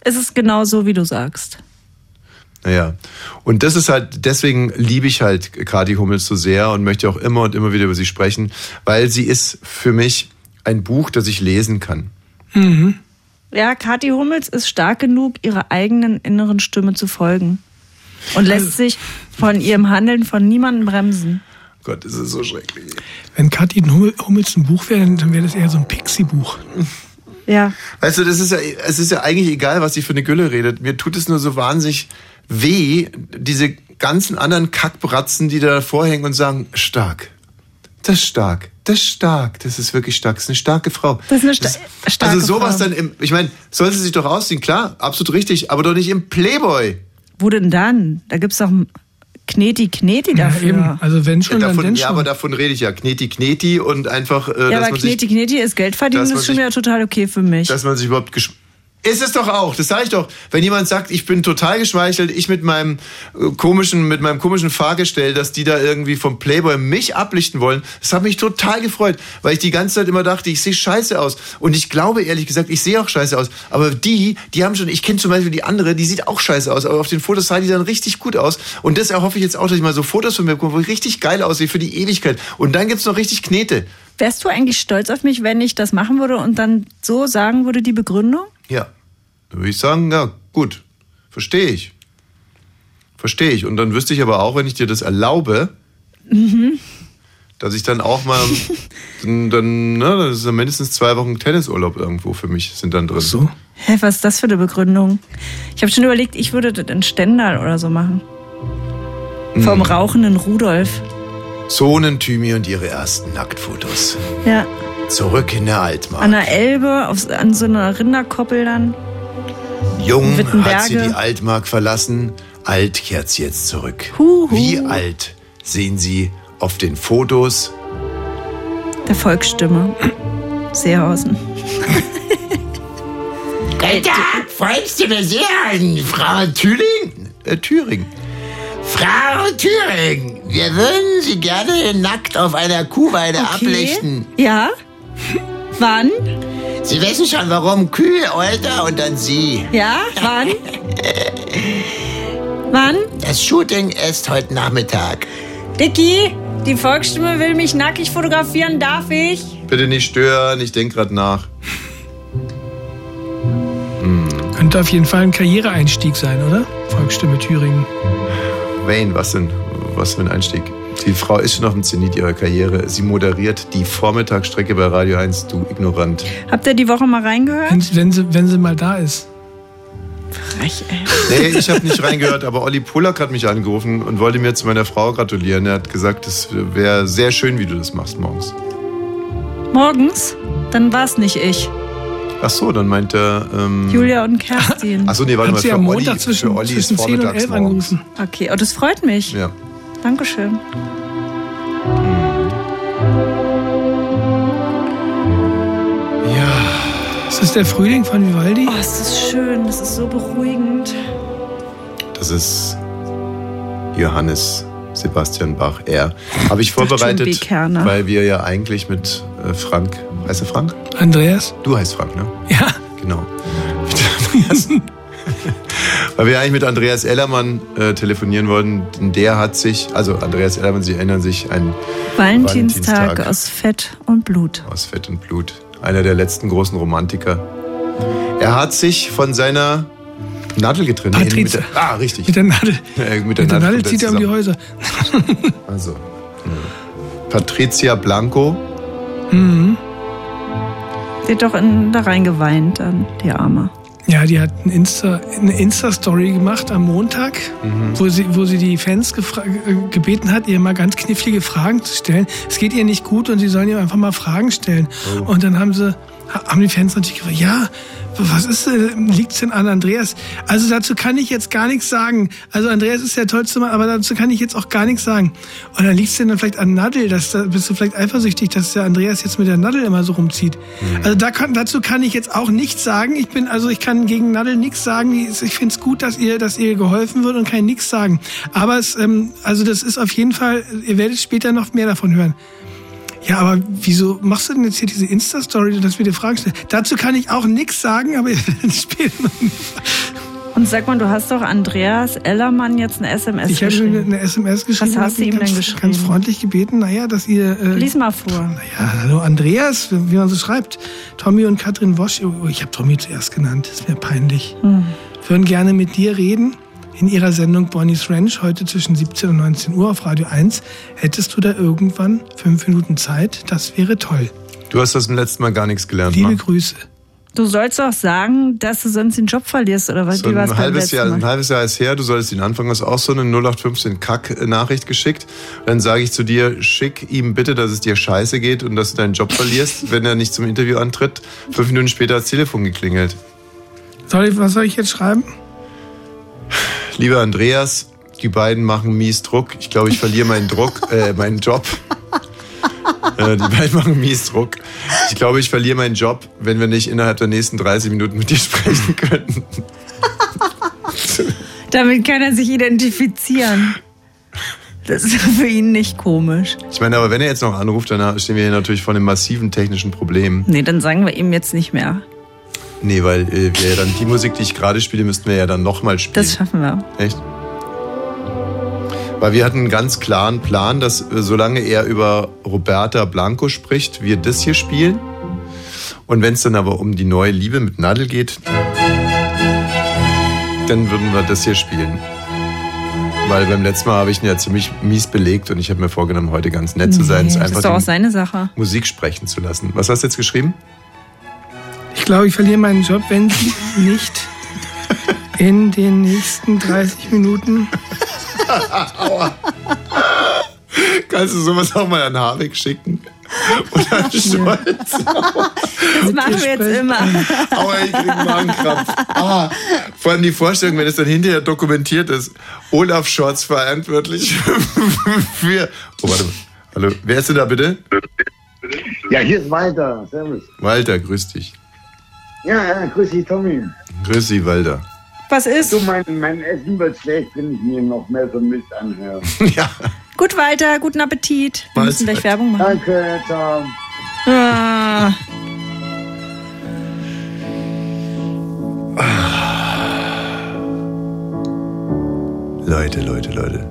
Speaker 7: Es ist genau so, wie du sagst.
Speaker 6: Naja. Und das ist halt, deswegen liebe ich halt Kati Hummels so sehr und möchte auch immer und immer wieder über sie sprechen, weil sie ist für mich ein Buch, das ich lesen kann.
Speaker 8: Mhm.
Speaker 7: Ja, Kathi Hummels ist stark genug, ihrer eigenen inneren Stimme zu folgen. Und lässt sich von ihrem Handeln von niemandem bremsen.
Speaker 6: Gott, das ist so schrecklich.
Speaker 8: Wenn Kathi Hummel- Hummels ein Buch wäre, dann wäre das eher so ein Pixie-Buch.
Speaker 7: Ja.
Speaker 6: Weißt du, das ist ja, es ist ja eigentlich egal, was sie für eine Gülle redet. Mir tut es nur so wahnsinnig weh, diese ganzen anderen Kackbratzen, die da vorhängen und sagen, stark. Das ist stark. Das ist stark. Das ist wirklich stark. Das ist eine starke Frau.
Speaker 7: Das ist eine sta äh, starke
Speaker 6: also sowas
Speaker 7: Frau.
Speaker 6: dann im, ich meine, soll sie sich doch ausziehen, klar, absolut richtig, aber doch nicht im Playboy.
Speaker 7: Wo denn dann? Da gibt's doch ein Kneti Kneti dafür.
Speaker 8: eben. Also wenn schon,
Speaker 6: Äh, davon,
Speaker 8: dann wenn
Speaker 6: ja,
Speaker 8: schon.
Speaker 6: aber davon rede ich ja. Kneti, Kneti und einfach, äh,
Speaker 7: ja,
Speaker 6: dass
Speaker 7: aber
Speaker 6: man
Speaker 7: Kneti
Speaker 6: sich,
Speaker 7: Kneti ist Geld verdienen,
Speaker 6: dass
Speaker 7: das
Speaker 6: man
Speaker 7: ist schon
Speaker 6: sich-
Speaker 7: wieder total okay für mich.
Speaker 6: dass man sich überhaupt gesch Ist es doch auch, das sage ich doch. Wenn jemand sagt, ich bin total geschmeichelt, ich mit meinem äh, komischen, mit meinem komischen Fahrgestell, dass die da irgendwie vom Playboy mich ablichten wollen, das hat mich total gefreut, weil ich die ganze Zeit immer dachte, ich sehe scheiße aus. Und ich glaube ehrlich gesagt, ich sehe auch scheiße aus. Aber die, die haben schon, ich kenne zum Beispiel die andere, die sieht auch scheiße aus, aber auf den Fotos sah die dann richtig gut aus. Und das erhoffe ich jetzt auch, dass ich mal so Fotos von mir bekomme, wo ich richtig geil aussehe für die Ewigkeit. Und dann gibt's noch richtig Knete.
Speaker 7: Wärst du eigentlich stolz auf mich, wenn ich das machen würde und dann so sagen würde, die Begründung?
Speaker 6: Ja. Dann würde ich sagen, ja, gut. Verstehe ich. Verstehe ich. Und dann wüsste ich aber auch, wenn ich dir das erlaube,
Speaker 7: Mhm.
Speaker 6: dass ich dann
Speaker 7: (laughs)
Speaker 6: auch mal, dann, dann ne, das ist dann mindestens zwei Wochen Tennisurlaub irgendwo für mich sind dann drin. So?
Speaker 7: Hä, was ist das für eine Begründung? Ich habe schon überlegt, ich würde das in Stendal oder so machen.
Speaker 6: Hm.
Speaker 7: Vom rauchenden Rudolf.
Speaker 6: Sohnen Thymi und ihre ersten Nacktfotos.
Speaker 7: Ja.
Speaker 6: Zurück in der Altmark.
Speaker 7: An der Elbe, auf, an so einer Rinderkoppel dann.
Speaker 6: Jung hat sie
Speaker 7: Wittenberge.
Speaker 6: die Altmark verlassen, alt kehrt sie jetzt zurück.
Speaker 7: Huhu.
Speaker 6: Wie alt sehen sie auf den Fotos?
Speaker 7: Der Volksstimme. ne? Seehausen.
Speaker 14: Alter, Volksstimme Seehausen, Frau Thüring?
Speaker 6: Äh, Thüring.
Speaker 14: Frau Thüring, wir würden Sie gerne nackt auf einer Kuhweide ablichten.
Speaker 7: Ja? Wann?
Speaker 14: Sie wissen schon, warum Kühe, Alter, und dann Sie.
Speaker 7: Ja, wann?
Speaker 14: (laughs)
Speaker 7: wann?
Speaker 14: Das Shooting ist heute Nachmittag.
Speaker 7: Dicky, die Volksstimme will mich nackig fotografieren, darf ich?
Speaker 6: Bitte nicht stören, ich denke gerade nach.
Speaker 8: Könnte auf jeden Fall ein Karriereeinstieg sein, oder? Volksstimme Thüringen.
Speaker 6: Wayne, was denn? Was für ein Einstieg. Die Frau ist schon auf dem Zenit ihrer Karriere. Sie moderiert die Vormittagsstrecke bei Radio 1, du ignorant.
Speaker 7: Habt ihr die Woche mal reingehört?
Speaker 8: Wenn, wenn, sie, wenn sie mal da ist.
Speaker 7: Frech, ey.
Speaker 6: Nee, ich habe nicht reingehört, aber Olli Pollack hat mich angerufen und wollte mir zu meiner Frau gratulieren. Er hat gesagt, es wäre sehr schön, wie du das machst morgens.
Speaker 7: Morgens? Dann war's nicht ich.
Speaker 6: Ach so, dann meint er. Ähm,
Speaker 7: Julia und Kerstin.
Speaker 6: (laughs) Ach so, nee, warte
Speaker 8: Hat
Speaker 6: mal,
Speaker 8: sie
Speaker 6: für
Speaker 8: am
Speaker 6: Olli,
Speaker 8: Montag zwischen,
Speaker 6: für Olli
Speaker 8: zwischen
Speaker 6: ist
Speaker 8: 10 und
Speaker 6: vormittags
Speaker 8: 11
Speaker 6: morgens.
Speaker 8: angerufen.
Speaker 7: Okay, oh, das freut mich.
Speaker 6: Ja.
Speaker 7: Dankeschön.
Speaker 8: Ist das der Frühling von Vivaldi?
Speaker 7: Oh, ist das schön, das ist so beruhigend.
Speaker 6: Das ist Johannes Sebastian Bach. Er habe ich
Speaker 7: John B.
Speaker 6: vorbereitet,
Speaker 7: Kerner.
Speaker 6: weil wir ja eigentlich mit äh, Frank, heißt er Frank?
Speaker 8: Andreas?
Speaker 6: Du heißt Frank, ne?
Speaker 8: Ja.
Speaker 6: Genau. (laughs) Weil wir eigentlich mit Andreas Ellermann äh, telefonieren wollten. Der hat sich, also Andreas Ellermann, Sie erinnern sich, ein
Speaker 7: Valentinstag,
Speaker 6: Valentinstag.
Speaker 7: aus Fett und Blut.
Speaker 6: aus Fett und Blut, einer der letzten großen Romantiker. Er hat sich von seiner Nadel getrennt. Nee,
Speaker 8: Patrizia.
Speaker 6: mit der, ah, richtig.
Speaker 8: Mit der Nadel.
Speaker 6: Äh, mit der
Speaker 8: Mit der
Speaker 6: Nadel
Speaker 8: Nadel
Speaker 6: kommt er
Speaker 8: zieht er um die
Speaker 6: zusammen.
Speaker 8: Häuser.
Speaker 6: (laughs) Also, Patricia Blanco.
Speaker 8: Mhm.
Speaker 7: Sie hat doch in, da reingeweint, dann, die Arme.
Speaker 8: Ja, die hat ein Insta, eine Insta-Story gemacht am Montag, wo, sie, wo sie die Fans gefra- äh, gebeten hat, ihr mal ganz knifflige Fragen zu stellen. Es geht ihr nicht gut und sie sollen ihr einfach mal Fragen stellen. Und dann haben sie ha- haben die Fans natürlich gefragt, ja, was ist äh, liegt's denn an Andreas? Also dazu kann ich jetzt gar nichts sagen. Also Andreas ist der tollste Mann, aber dazu kann ich jetzt auch gar nichts sagen. Und dann liegt's denn dann vielleicht an Nadel, dass da bist du vielleicht eifersüchtig, dass der Andreas jetzt mit der Nadel immer so rumzieht. Also da kann, dazu kann ich jetzt auch nichts sagen. Ich bin also ich kann gegen Nadel nichts sagen. Die ist- Ich finde es gut, dass ihr dass ihr geholfen wird und kann nichts sagen. Aber es ähm, also das ist auf jeden Fall. Ihr werdet später noch mehr davon hören. Ja, aber wieso machst du denn jetzt hier diese Insta-Story, dass wir dir Fragen stellen? Dazu kann ich auch nichts sagen, aber (laughs) ihr werdet später noch
Speaker 7: Und sag mal, du hast doch Andreas Ellermann jetzt eine SMS
Speaker 8: Ich habe ihm
Speaker 7: geschrieben.
Speaker 8: eine SMS geschrieben.
Speaker 7: Was
Speaker 8: und
Speaker 7: hast du
Speaker 8: hab ihn
Speaker 7: ihm
Speaker 8: ganz,
Speaker 7: denn geschrieben?
Speaker 8: Ganz freundlich gebeten, naja, dass ihr. Äh,
Speaker 7: Lies mal vor.
Speaker 8: Ja, hallo Andreas, wie man so schreibt. Tommy und Katrin Wosch. Oh, ich habe Tommy zuerst genannt, ist mir peinlich.
Speaker 7: Hm.
Speaker 8: Würden gerne mit dir reden. In ihrer Sendung Bonnie's Ranch heute zwischen 17 und 19 Uhr auf Radio 1. Hättest du da irgendwann fünf Minuten Zeit? Das wäre toll.
Speaker 6: Du hast das beim letzten Mal gar nichts gelernt. ne?
Speaker 8: Liebe
Speaker 6: Mann.
Speaker 8: Grüße.
Speaker 7: Du sollst doch sagen, dass du sonst den Job verlierst oder was?
Speaker 6: So
Speaker 7: Wie war's
Speaker 6: ein
Speaker 7: beim
Speaker 6: halbes
Speaker 7: letzten
Speaker 6: Jahr, ein
Speaker 7: Mal?
Speaker 6: halbes Jahr ist her, du solltest ihn anfangen, hast auch so eine 0815 Kack-Nachricht geschickt. Dann sage ich zu dir, schick ihm bitte, dass es dir scheiße geht und dass du deinen Job verlierst, (laughs) wenn er nicht zum Interview antritt. Fünf Minuten später hat das Telefon geklingelt.
Speaker 8: Soll ich, was soll ich jetzt schreiben?
Speaker 6: Lieber Andreas, die beiden machen mies Druck. Ich (laughs) glaube, ich verliere meinen Druck, äh, meinen Job. Äh, Die beiden machen mies Druck. Ich glaube, ich verliere meinen Job, wenn wir nicht innerhalb der nächsten 30 Minuten mit dir sprechen können.
Speaker 7: Damit kann er sich identifizieren. Das ist (laughs) für ihn nicht komisch.
Speaker 6: Ich meine, aber wenn er jetzt noch anruft, dann stehen wir hier natürlich vor einem massiven technischen Problem.
Speaker 7: Nee, dann sagen wir ihm jetzt nicht mehr.
Speaker 6: Nee, weil äh, wir ja dann die Musik, die ich gerade spiele, müssten wir ja dann nochmal spielen.
Speaker 7: Das schaffen wir.
Speaker 6: Echt? Weil wir hatten einen ganz klaren Plan, dass äh, solange er über Roberta Blanco spricht, wir das hier spielen. Und wenn es dann aber um die neue Liebe mit Nadel geht, dann würden wir das hier spielen. Weil beim letzten Mal habe ich ihn ja ziemlich mies belegt und ich habe mir vorgenommen, heute ganz nett zu sein.
Speaker 7: Nee,
Speaker 6: es
Speaker 7: das ist doch auch
Speaker 6: die
Speaker 7: seine Sache.
Speaker 6: Musik sprechen zu lassen. Was hast du jetzt geschrieben?
Speaker 8: Ich glaube, ich verliere meinen Job, wenn sie nicht in den nächsten 30 Minuten.
Speaker 6: Kannst du sowas auch mal an Habeck schicken? Und an Stolz.
Speaker 7: (laughs) Das machen wir jetzt immer.
Speaker 6: Aua, ich krieg Magenkrampf. Ah, vor allem die Vorstellung, wenn es dann hinterher dokumentiert ist. Olaf Scholz verantwortlich (laughs) für... Oh, warte mal. Hallo, wer ist denn da bitte?
Speaker 15: Ja, hier ist Walter. Servus.
Speaker 6: Walter, grüß dich.
Speaker 15: Ja, ja, grüß dich, Tommy.
Speaker 6: Grüß dich, Walter.
Speaker 7: Was ist?
Speaker 15: Du, mein, mein Essen wird schlecht, wenn ich mir noch mehr so Mist
Speaker 8: (laughs)
Speaker 15: anhöre.
Speaker 7: (laughs) Gut, Walter, guten Appetit. Wir müssen gleich Werbung machen.
Speaker 15: Danke, ciao.
Speaker 7: Ah,
Speaker 6: Leute, Leute, Leute.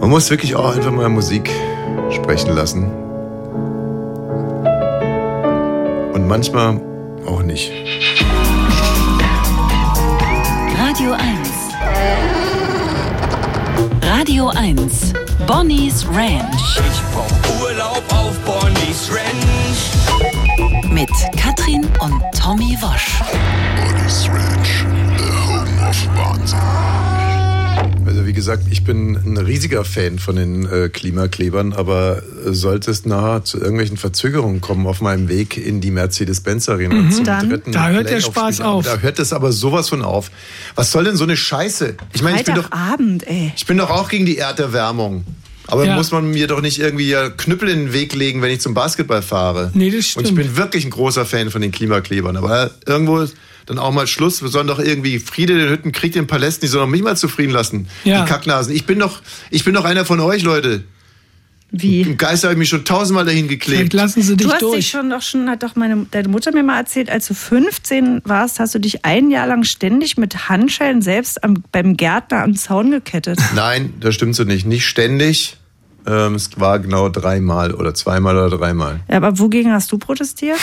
Speaker 6: Man muss wirklich auch einfach mal Musik sprechen lassen. Und manchmal auch nicht.
Speaker 1: Radio 1. Radio 1. Bonnie's Ranch.
Speaker 5: Ich brauch Urlaub auf Bonnie's Ranch.
Speaker 1: Mit Katrin und Tommy Wosch. Bonnie's Ranch.
Speaker 6: Also wie gesagt, ich bin ein riesiger Fan von den äh, Klimaklebern, aber äh, sollte es nahe zu irgendwelchen Verzögerungen kommen auf meinem Weg in die Mercedes-Benz Arena
Speaker 8: Mhm.
Speaker 6: zum
Speaker 8: Dann-
Speaker 6: dritten
Speaker 8: Da hört der
Speaker 6: Playoff-Spiel
Speaker 8: Spaß
Speaker 6: an,
Speaker 8: auf.
Speaker 6: Da hört es aber sowas von auf. Was soll denn so eine Scheiße? Ich meine, ich bin doch
Speaker 7: Freitagabend, ey.
Speaker 6: ich bin doch auch gegen die Erderwärmung. Aber
Speaker 8: Ja.
Speaker 6: muss man mir doch nicht irgendwie äh, Knüppel in den Weg legen, wenn ich zum Basketball fahre. Nee, das stimmt. Und ich bin wirklich ein großer Fan von den Klimaklebern. Aber irgendwo ist dann auch mal Schluss. Wir sollen doch irgendwie Friede in den Hütten, Krieg in den Palästen. Die sollen doch mich mal zufrieden lassen.
Speaker 8: Ja.
Speaker 6: Die Kacknasen. Ich bin doch, ich bin doch einer von euch, Leute.
Speaker 7: Wie?
Speaker 6: Im Geist habe ich mich schon tausendmal dahin geklebt.
Speaker 8: lassen Sie
Speaker 7: du hast dich schon doch schon, hat doch meine, deine Mutter mir mal erzählt, als du 15 warst, hast du dich ein Jahr lang ständig mit Handschellen selbst am, beim Gärtner am
Speaker 6: (laughs)
Speaker 7: Zaun gekettet.
Speaker 6: Nein, das stimmt so nicht. Nicht ständig. Ähm, es war genau dreimal oder zweimal oder dreimal.
Speaker 7: Ja, aber wogegen hast du protestiert?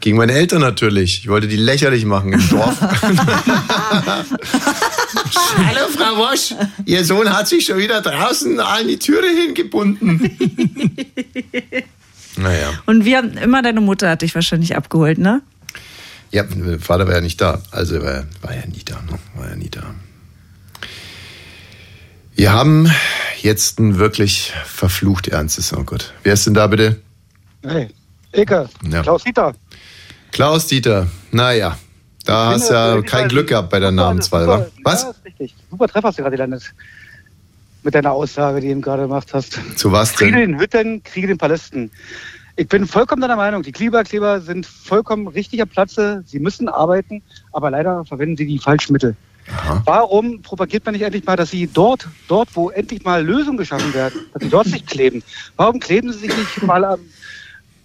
Speaker 6: Gegen meine Eltern natürlich. Ich wollte die lächerlich machen im Dorf. (laughs) Hallo Frau Wosch, Ihr Sohn hat sich schon wieder draußen an die Türe hingebunden. naja.
Speaker 7: Und wir haben immer deine Mutter hat dich wahrscheinlich abgeholt, ne?
Speaker 6: Ja, mein Vater war ja nicht da. Also er war, war ja nie da. Ne? War ja nie da. Wir haben jetzt ein wirklich verflucht ernstes. Oh Gott. Wer ist denn da bitte?
Speaker 16: Hey, Ecke,
Speaker 6: Ja.
Speaker 16: Klaus Dieter.
Speaker 6: Klaus Dieter. Naja, da
Speaker 16: Ich
Speaker 6: hast
Speaker 16: bin,
Speaker 6: ja
Speaker 16: äh,
Speaker 6: kein Glück gehabt bei der Namenswahl, wa? Was?
Speaker 16: Ja, ist richtig. Super Treffer hast du gerade gelandet. Mit deiner Aussage, die du eben gerade gemacht hast.
Speaker 6: Zu was denn?
Speaker 16: Kriege den Hütten, Kriege den Palästen. Ich bin vollkommen deiner Meinung. Die Klimakleber sind vollkommen richtig am Platze. Sie müssen arbeiten, aber leider verwenden sie die falschen Mittel. Warum propagiert man nicht endlich mal, dass sie dort, dort, wo endlich mal Lösungen geschaffen werden, dass sie dort sich kleben? Warum kleben sie sich nicht mal am,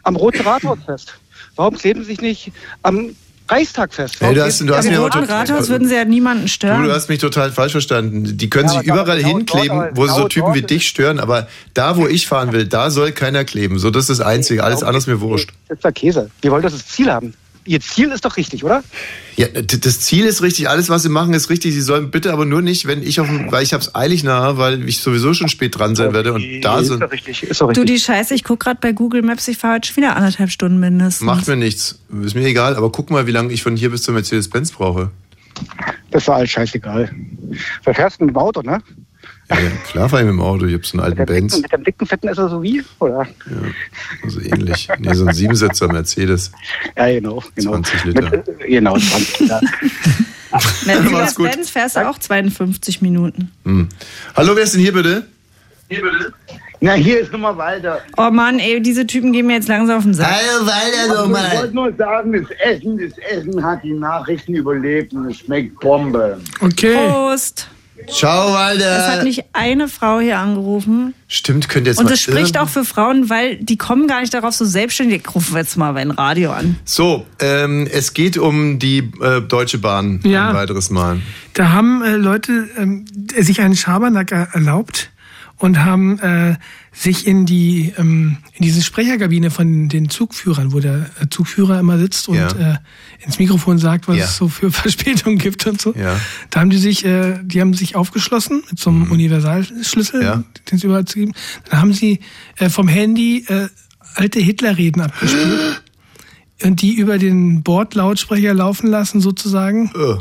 Speaker 16: am Roten Rathaus fest? Warum kleben sie sich nicht am Reichstag fest?
Speaker 6: Hey, du hast- du hast
Speaker 7: Im
Speaker 6: mir aber
Speaker 7: Also Roten
Speaker 6: tot-
Speaker 7: Rathaus würden sie ja niemanden
Speaker 6: Du,
Speaker 7: stören.
Speaker 6: du hast mich total falsch verstanden. Die können
Speaker 7: Ja,
Speaker 6: sich
Speaker 7: aber
Speaker 6: überall
Speaker 7: genau
Speaker 6: hinkleben,
Speaker 7: dort, aber
Speaker 6: wo so
Speaker 7: genau
Speaker 6: Typen
Speaker 7: dort
Speaker 6: wie dich stören, aber da, wo ich fahren will, da soll keiner kleben. So, das ist das Einzige. Alles andere ist mir wurscht.
Speaker 16: Das ist der Käse. Wir wollen doch das Ziel haben. Ihr Ziel ist doch richtig, oder?
Speaker 6: Ja, d- das Ziel ist richtig, alles, was sie machen, ist richtig. Sie sollen bitte aber nur nicht, wenn ich auf dem, weil ich hab's eilig nahe, weil ich sowieso schon spät dran sein werde und da
Speaker 16: ist
Speaker 6: sind.
Speaker 16: doch richtig, ist doch
Speaker 7: Du, die Scheiße, ich guck gerade bei Google Maps, ich fahre heute schon wieder anderthalb Stunden mindestens.
Speaker 6: Macht mir nichts. Ist mir egal, aber guck mal, wie lange ich von hier bis zur Mercedes-Benz brauche.
Speaker 16: Das war alles scheißegal. Verfährst du mit dem Auto, ne?
Speaker 6: Ja, ja, klar war ich mit dem Auto, ich hab so einen alten Benz.
Speaker 16: Mit dem dicken Fetten ist er so wie, oder?
Speaker 6: Also ähnlich. Nee, so ein Siebensitzer Mercedes.
Speaker 16: Ja, genau. genau.
Speaker 6: 20 Liter.
Speaker 16: Mit, äh, genau,
Speaker 6: (laughs)
Speaker 16: 20 Liter.
Speaker 15: (laughs)
Speaker 7: Mercedes-Benz fährst du auch 52 Minuten.
Speaker 6: Hm. Hallo, wer ist denn hier bitte?
Speaker 15: Na, hier ist immer Walter.
Speaker 7: Oh Mann, ey, diese Typen gehen mir jetzt langsam auf den Sack.
Speaker 15: Hallo, Walter, doch mal. Ich wollte nur sagen, das Essen, das Essen hat die Nachrichten überlebt und es schmeckt Bombe.
Speaker 7: Okay.
Speaker 14: Oh.
Speaker 7: Prost.
Speaker 13: Ciao, Walter.
Speaker 7: Es hat nicht eine Frau hier angerufen.
Speaker 6: Stimmt, könnt ihr Äh, jetzt
Speaker 7: Und
Speaker 6: mal
Speaker 7: das spricht
Speaker 6: irren.
Speaker 7: auch für Frauen, weil die kommen gar nicht darauf, so selbstständig. Rufen wir jetzt mal beim Radio an.
Speaker 6: So, ähm, es geht um die äh, Deutsche Bahn
Speaker 8: Ja.
Speaker 6: ein weiteres Mal.
Speaker 8: Da haben äh, Leute ähm, sich einen Schabernack er- erlaubt und haben äh, sich in die ähm, in diese Sprecherkabine von den Zugführern, wo der äh, Zugführer immer sitzt und
Speaker 6: Ja.
Speaker 8: äh, ins Mikrofon sagt, was
Speaker 6: Ja.
Speaker 8: es so für (laughs) Verspätungen gibt und so.
Speaker 6: Ja. Mhm.
Speaker 8: Da haben die sich, äh, die haben sich aufgeschlossen mit so einem Universalschlüssel,
Speaker 6: Ja.
Speaker 8: den sie überall zu geben. Dann haben sie äh, vom Handy äh, alte
Speaker 6: (gasps)
Speaker 8: Hitlerreden abgespielt und die über den Bordlautsprecher laufen lassen sozusagen.
Speaker 6: Äh.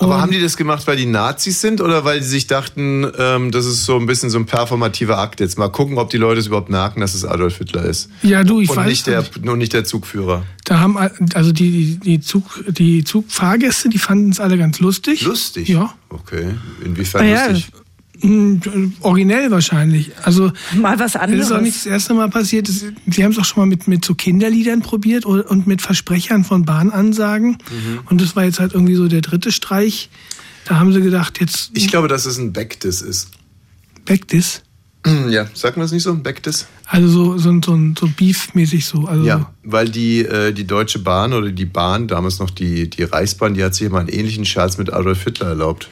Speaker 6: Aber haben die das gemacht, weil die Nazis sind oder weil die sich dachten, ähm, das ist so ein bisschen so ein performativer Akt jetzt? Mal gucken, ob die Leute es überhaupt merken, dass es Adolf Hitler ist.
Speaker 8: Ja, du, ich
Speaker 6: und
Speaker 8: weiß
Speaker 6: nicht der, Und nicht der Zugführer.
Speaker 8: Da haben al- also die, die, die, Zug, die Zugfahrgäste, die fanden es alle ganz lustig.
Speaker 6: Lustig?
Speaker 8: Ja.
Speaker 6: Okay, inwiefern
Speaker 8: Ah,
Speaker 7: Ah
Speaker 8: ja,
Speaker 6: lustig?
Speaker 8: mh, Hm, originell wahrscheinlich. Also
Speaker 7: mal was anderes.
Speaker 8: Das ist auch nicht das erste Mal passiert. Das, sie haben es auch schon mal mit, mit so Kinderliedern probiert und, und mit Versprechern von Bahnansagen. Und das war jetzt halt irgendwie so der dritte Streich. Da haben sie gedacht, jetzt
Speaker 6: Ich glaube, dass es ein Backdiss ist. Hm,
Speaker 8: weg das.
Speaker 6: Ja, sagt man das nicht so? Ein Backdiss?
Speaker 8: Also so, so, ein- so, ein- so beefmäßig so. Also
Speaker 6: Ja, weil die, äh, die Deutsche Bahn oder die Bahn, damals noch die, die Reichsbahn, die hat sich immer einen ähnlichen Scherz mit Adolf Hitler erlaubt.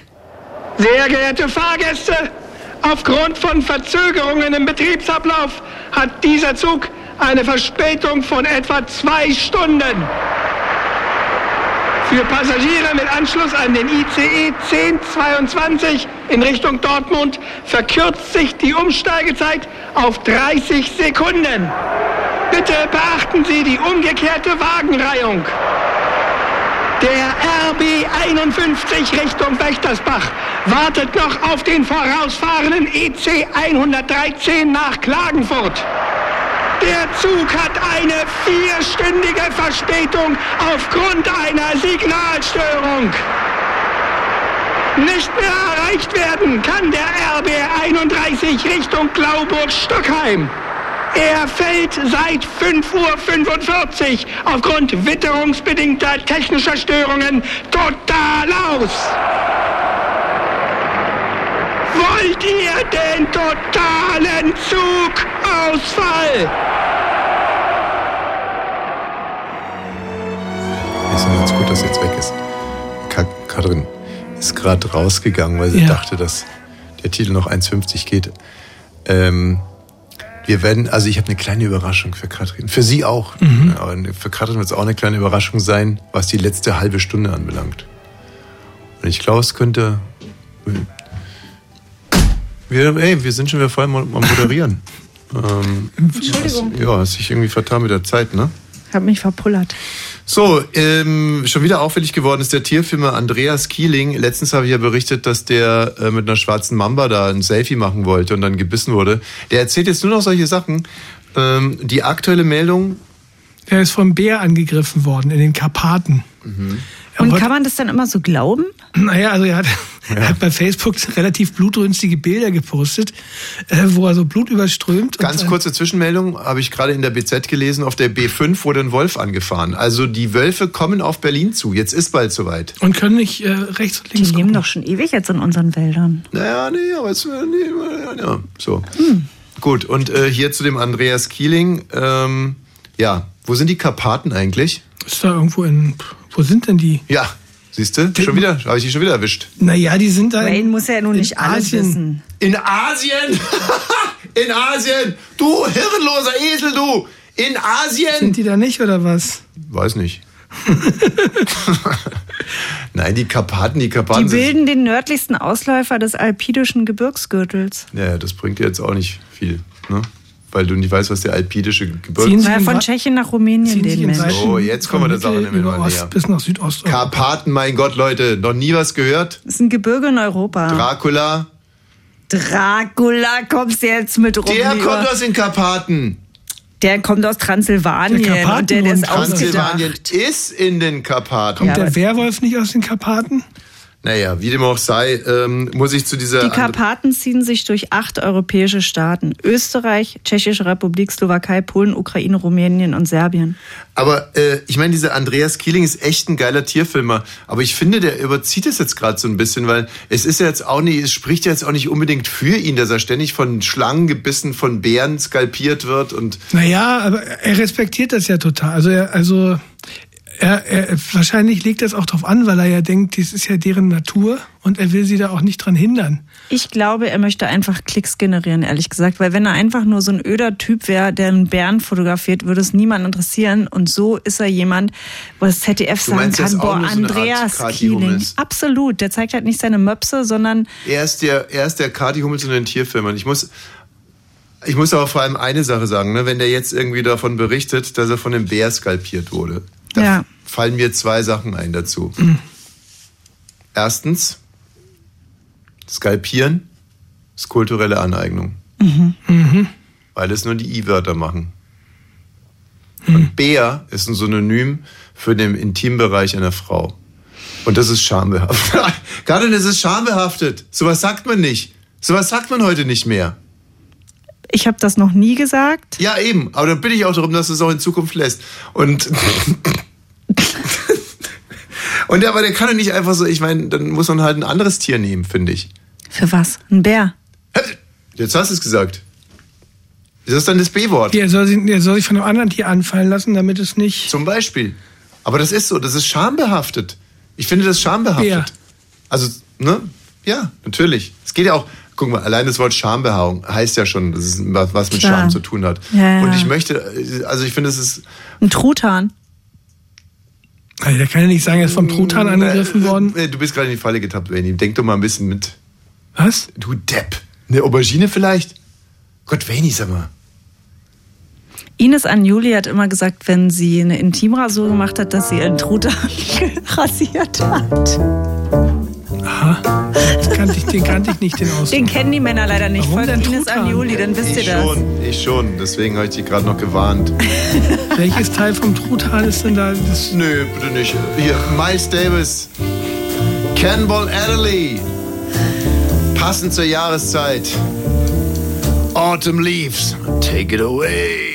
Speaker 17: Sehr geehrte Fahrgäste, aufgrund von Verzögerungen im Betriebsablauf hat dieser Zug eine Verspätung von etwa zwei Stunden. Für Passagiere mit Anschluss an den ICE 1022 in Richtung Dortmund verkürzt sich die Umsteigezeit auf 30 Sekunden. Bitte beachten Sie die umgekehrte Wagenreihung. Der RB 51 Richtung Wächtersbach wartet noch auf den vorausfahrenden EC 113 nach Klagenfurt. Der Zug hat eine vierstündige Verspätung aufgrund einer Signalstörung. Nicht mehr erreicht werden kann der RB 31 Richtung Glauburg-Stockheim. Er fällt seit 5.45 Uhr aufgrund witterungsbedingter technischer Störungen total aus. Wollt ihr den totalen Zugausfall?
Speaker 6: Ist ja ganz gut, dass jetzt weg ist. Ka Katrin ist gerade rausgegangen, weil sie
Speaker 8: Ja.
Speaker 6: dachte, dass der Titel noch 1,50 geht. Ähm, wir werden, also ich habe eine kleine Überraschung für Katrin. Für sie auch.
Speaker 8: Mhm.
Speaker 6: Aber für Katrin wird es auch eine kleine Überraschung sein, was die letzte halbe Stunde anbelangt. Und ich glaube, es könnte. Wir, ey, wir sind schon wieder voll am am
Speaker 8: (laughs)
Speaker 6: Moderieren. ähm,
Speaker 7: Entschuldigung.
Speaker 6: hast- Ja, hast dich irgendwie vertan mit der Zeit, ne?
Speaker 7: Ich habe mich verpullert.
Speaker 6: So, ähm, schon wieder auffällig geworden ist der Tierfilmer Andreas Kieling. Letztens habe ich ja berichtet, dass der äh, mit einer schwarzen Mamba da ein Selfie machen wollte und dann gebissen wurde. Der erzählt jetzt nur noch solche Sachen. Ähm, die aktuelle Meldung.
Speaker 8: er ist vom Bär angegriffen worden in den Karpaten.
Speaker 7: Und kann man das dann immer so glauben?
Speaker 8: Naja, also er hat, er hat bei Facebook relativ blutrünstige Bilder gepostet, äh, wo er so blutüberströmt.
Speaker 6: Ganz
Speaker 8: und, äh,
Speaker 6: kurze Zwischenmeldung habe ich gerade in der BZ gelesen. Auf der B5 wurde ein Wolf angefahren. Also die Wölfe kommen auf Berlin zu. Jetzt ist bald soweit.
Speaker 8: Und können nicht äh, rechts und
Speaker 7: Die leben doch schon ewig jetzt in unseren Wäldern.
Speaker 6: Naja, nee, aber es, nee, ja, so. Gut, und äh, hier zu dem Andreas Kieling. Ähm, ja, wo sind die Karpaten eigentlich?
Speaker 8: Ist da irgendwo in. Wo sind denn die?
Speaker 6: Ja, siehst du, schon wieder, habe ich dich schon wieder erwischt.
Speaker 8: Naja, die sind da.
Speaker 7: Wayne muss ja nun nicht alles
Speaker 8: Asien.
Speaker 7: wissen.
Speaker 6: In Asien! in Asien! Du hirnloser Esel, du! In Asien!
Speaker 8: Sind die da nicht oder was?
Speaker 6: Weiß nicht. (laughs) Nein, die Karpaten, die
Speaker 7: Die
Speaker 6: Karpaten sind.
Speaker 7: bilden den nördlichsten Ausläufer des alpidischen Gebirgsgürtels.
Speaker 6: Naja, das bringt dir jetzt auch nicht viel, ne? Weil du nicht weißt, was der alpidische
Speaker 7: Ziehen
Speaker 6: Gebirge
Speaker 7: Sie von Tschechien nach Rumänien
Speaker 8: Ziehen
Speaker 7: den
Speaker 8: sich in
Speaker 7: Menschen.
Speaker 6: So, Oh, jetzt kommen wir der Sache nämlich mal näher.
Speaker 8: Bis nach Südost.
Speaker 6: Karpaten, mein Gott, Leute, noch nie was gehört?
Speaker 7: Das ist ein Gebirge in Europa.
Speaker 6: Dracula,
Speaker 7: Dracula kommst du jetzt mit rum.
Speaker 6: der
Speaker 7: lieber.
Speaker 6: kommt aus den Karpaten.
Speaker 7: der kommt aus Transsilvanien
Speaker 8: Der Karpaten
Speaker 7: und der, der
Speaker 8: und
Speaker 7: ist ausgedacht.
Speaker 6: Transsilvanien ist in den Karpaten.
Speaker 8: Kommt der Werwolf nicht aus den Karpaten?
Speaker 6: Naja, wie dem auch sei, ähm, muss ich zu dieser.
Speaker 7: Die Karpaten ziehen sich durch acht europäische Staaten. Österreich, Tschechische Republik, Slowakei, Polen, Ukraine, Rumänien und Serbien.
Speaker 6: Aber äh, ich meine, dieser Andreas Keeling ist echt ein geiler Tierfilmer. Aber ich finde, der überzieht es jetzt gerade so ein bisschen, weil es ist ja jetzt auch nicht, es spricht ja jetzt auch nicht unbedingt für ihn, dass er ständig von Schlangen gebissen, von Bären skalpiert wird und.
Speaker 8: Naja, aber er respektiert das ja total. Also, er, also er, er, wahrscheinlich legt das auch drauf an, weil er ja denkt, das ist ja deren Natur und er will sie da auch nicht dran hindern.
Speaker 7: Ich glaube, er möchte einfach Klicks generieren, ehrlich gesagt, weil wenn er einfach nur so ein öder Typ wäre, der einen Bären fotografiert, würde es niemanden interessieren und so ist er jemand, wo das ZDF
Speaker 6: Du
Speaker 7: sagen
Speaker 6: meinst, der
Speaker 7: kann,
Speaker 6: ist auch
Speaker 7: boah,
Speaker 6: nur so eine Art
Speaker 7: Andreas
Speaker 6: Kati
Speaker 7: Keeling.
Speaker 6: Hummels.
Speaker 7: Absolut, der zeigt halt nicht seine Möpse, sondern
Speaker 6: Er ist der, er ist der Kati Hummels in den Tierfilmen. Ich muss, ich muss aber vor allem eine Sache sagen, ne? wenn der jetzt irgendwie davon berichtet, dass er von einem Bär skalpiert wurde,
Speaker 7: ja.
Speaker 6: fallen mir zwei Sachen ein dazu. Erstens, skalpieren ist kulturelle Aneignung,
Speaker 8: Mhm. Mhm.
Speaker 6: weil es nur die I-Wörter machen. Und Bär ist ein Synonym für den Intimbereich einer Frau. Und das ist schambehaftet. (laughs) Karin, das ist schambehaftet. Sowas sagt man nicht. Sowas sagt man heute nicht mehr.
Speaker 7: ich habe das noch nie gesagt.
Speaker 6: Ja, eben. Aber dann bitte ich auch darum, dass du es auch in Zukunft lässt. Und. Und aber der kann doch nicht einfach so, ich meine, dann muss man halt ein anderes Tier nehmen, finde ich.
Speaker 7: Für was? Ein Bär?
Speaker 6: Jetzt hast du es gesagt. Ist das dann das B-Wort?
Speaker 8: Er soll, sich, er soll sich von einem anderen Tier anfallen lassen, damit es nicht.
Speaker 6: Zum Beispiel. Aber das ist so, das ist schambehaftet. Ich finde das schambehaftet. Also, ne? Ja, natürlich. Es geht ja auch, guck mal, allein das Wort Schambehaarung heißt ja schon, dass es was was mit
Speaker 7: Klar.
Speaker 6: Scham zu tun hat.
Speaker 7: Ja, ja.
Speaker 6: Und ich möchte, also ich finde, es ist
Speaker 7: Ein Truthahn.
Speaker 8: Also, der kann ja nicht sagen, er ist vom Truthahn angegriffen worden.
Speaker 6: Nee, Äh, Du bist gerade in die Falle getappt, Benny. Denk doch mal ein bisschen mit.
Speaker 8: Was?
Speaker 6: Du Depp. Eine Aubergine vielleicht? Gott, Benny, sag mal.
Speaker 7: Ines Anjuli hat immer gesagt, wenn sie eine Intimrasur gemacht hat, dass sie einen Truthahn (laughs) rasiert hat.
Speaker 8: Aha. Den kannte ich, den kannte ich nicht, den aus.
Speaker 7: Den kennen die Männer leider nicht. Folgt Ines Anjuli, dann wisst ihr
Speaker 6: ich
Speaker 7: das.
Speaker 6: schon, ich schon. Deswegen habe ich dich gerade noch gewarnt.
Speaker 8: Welches Teil vom Truthahn ist denn da? Das
Speaker 6: Nö, bitte nicht. Hier, Miles Davis. Cannonball Adderley. Passend zur Jahreszeit. Autumn Leaves. Take it away.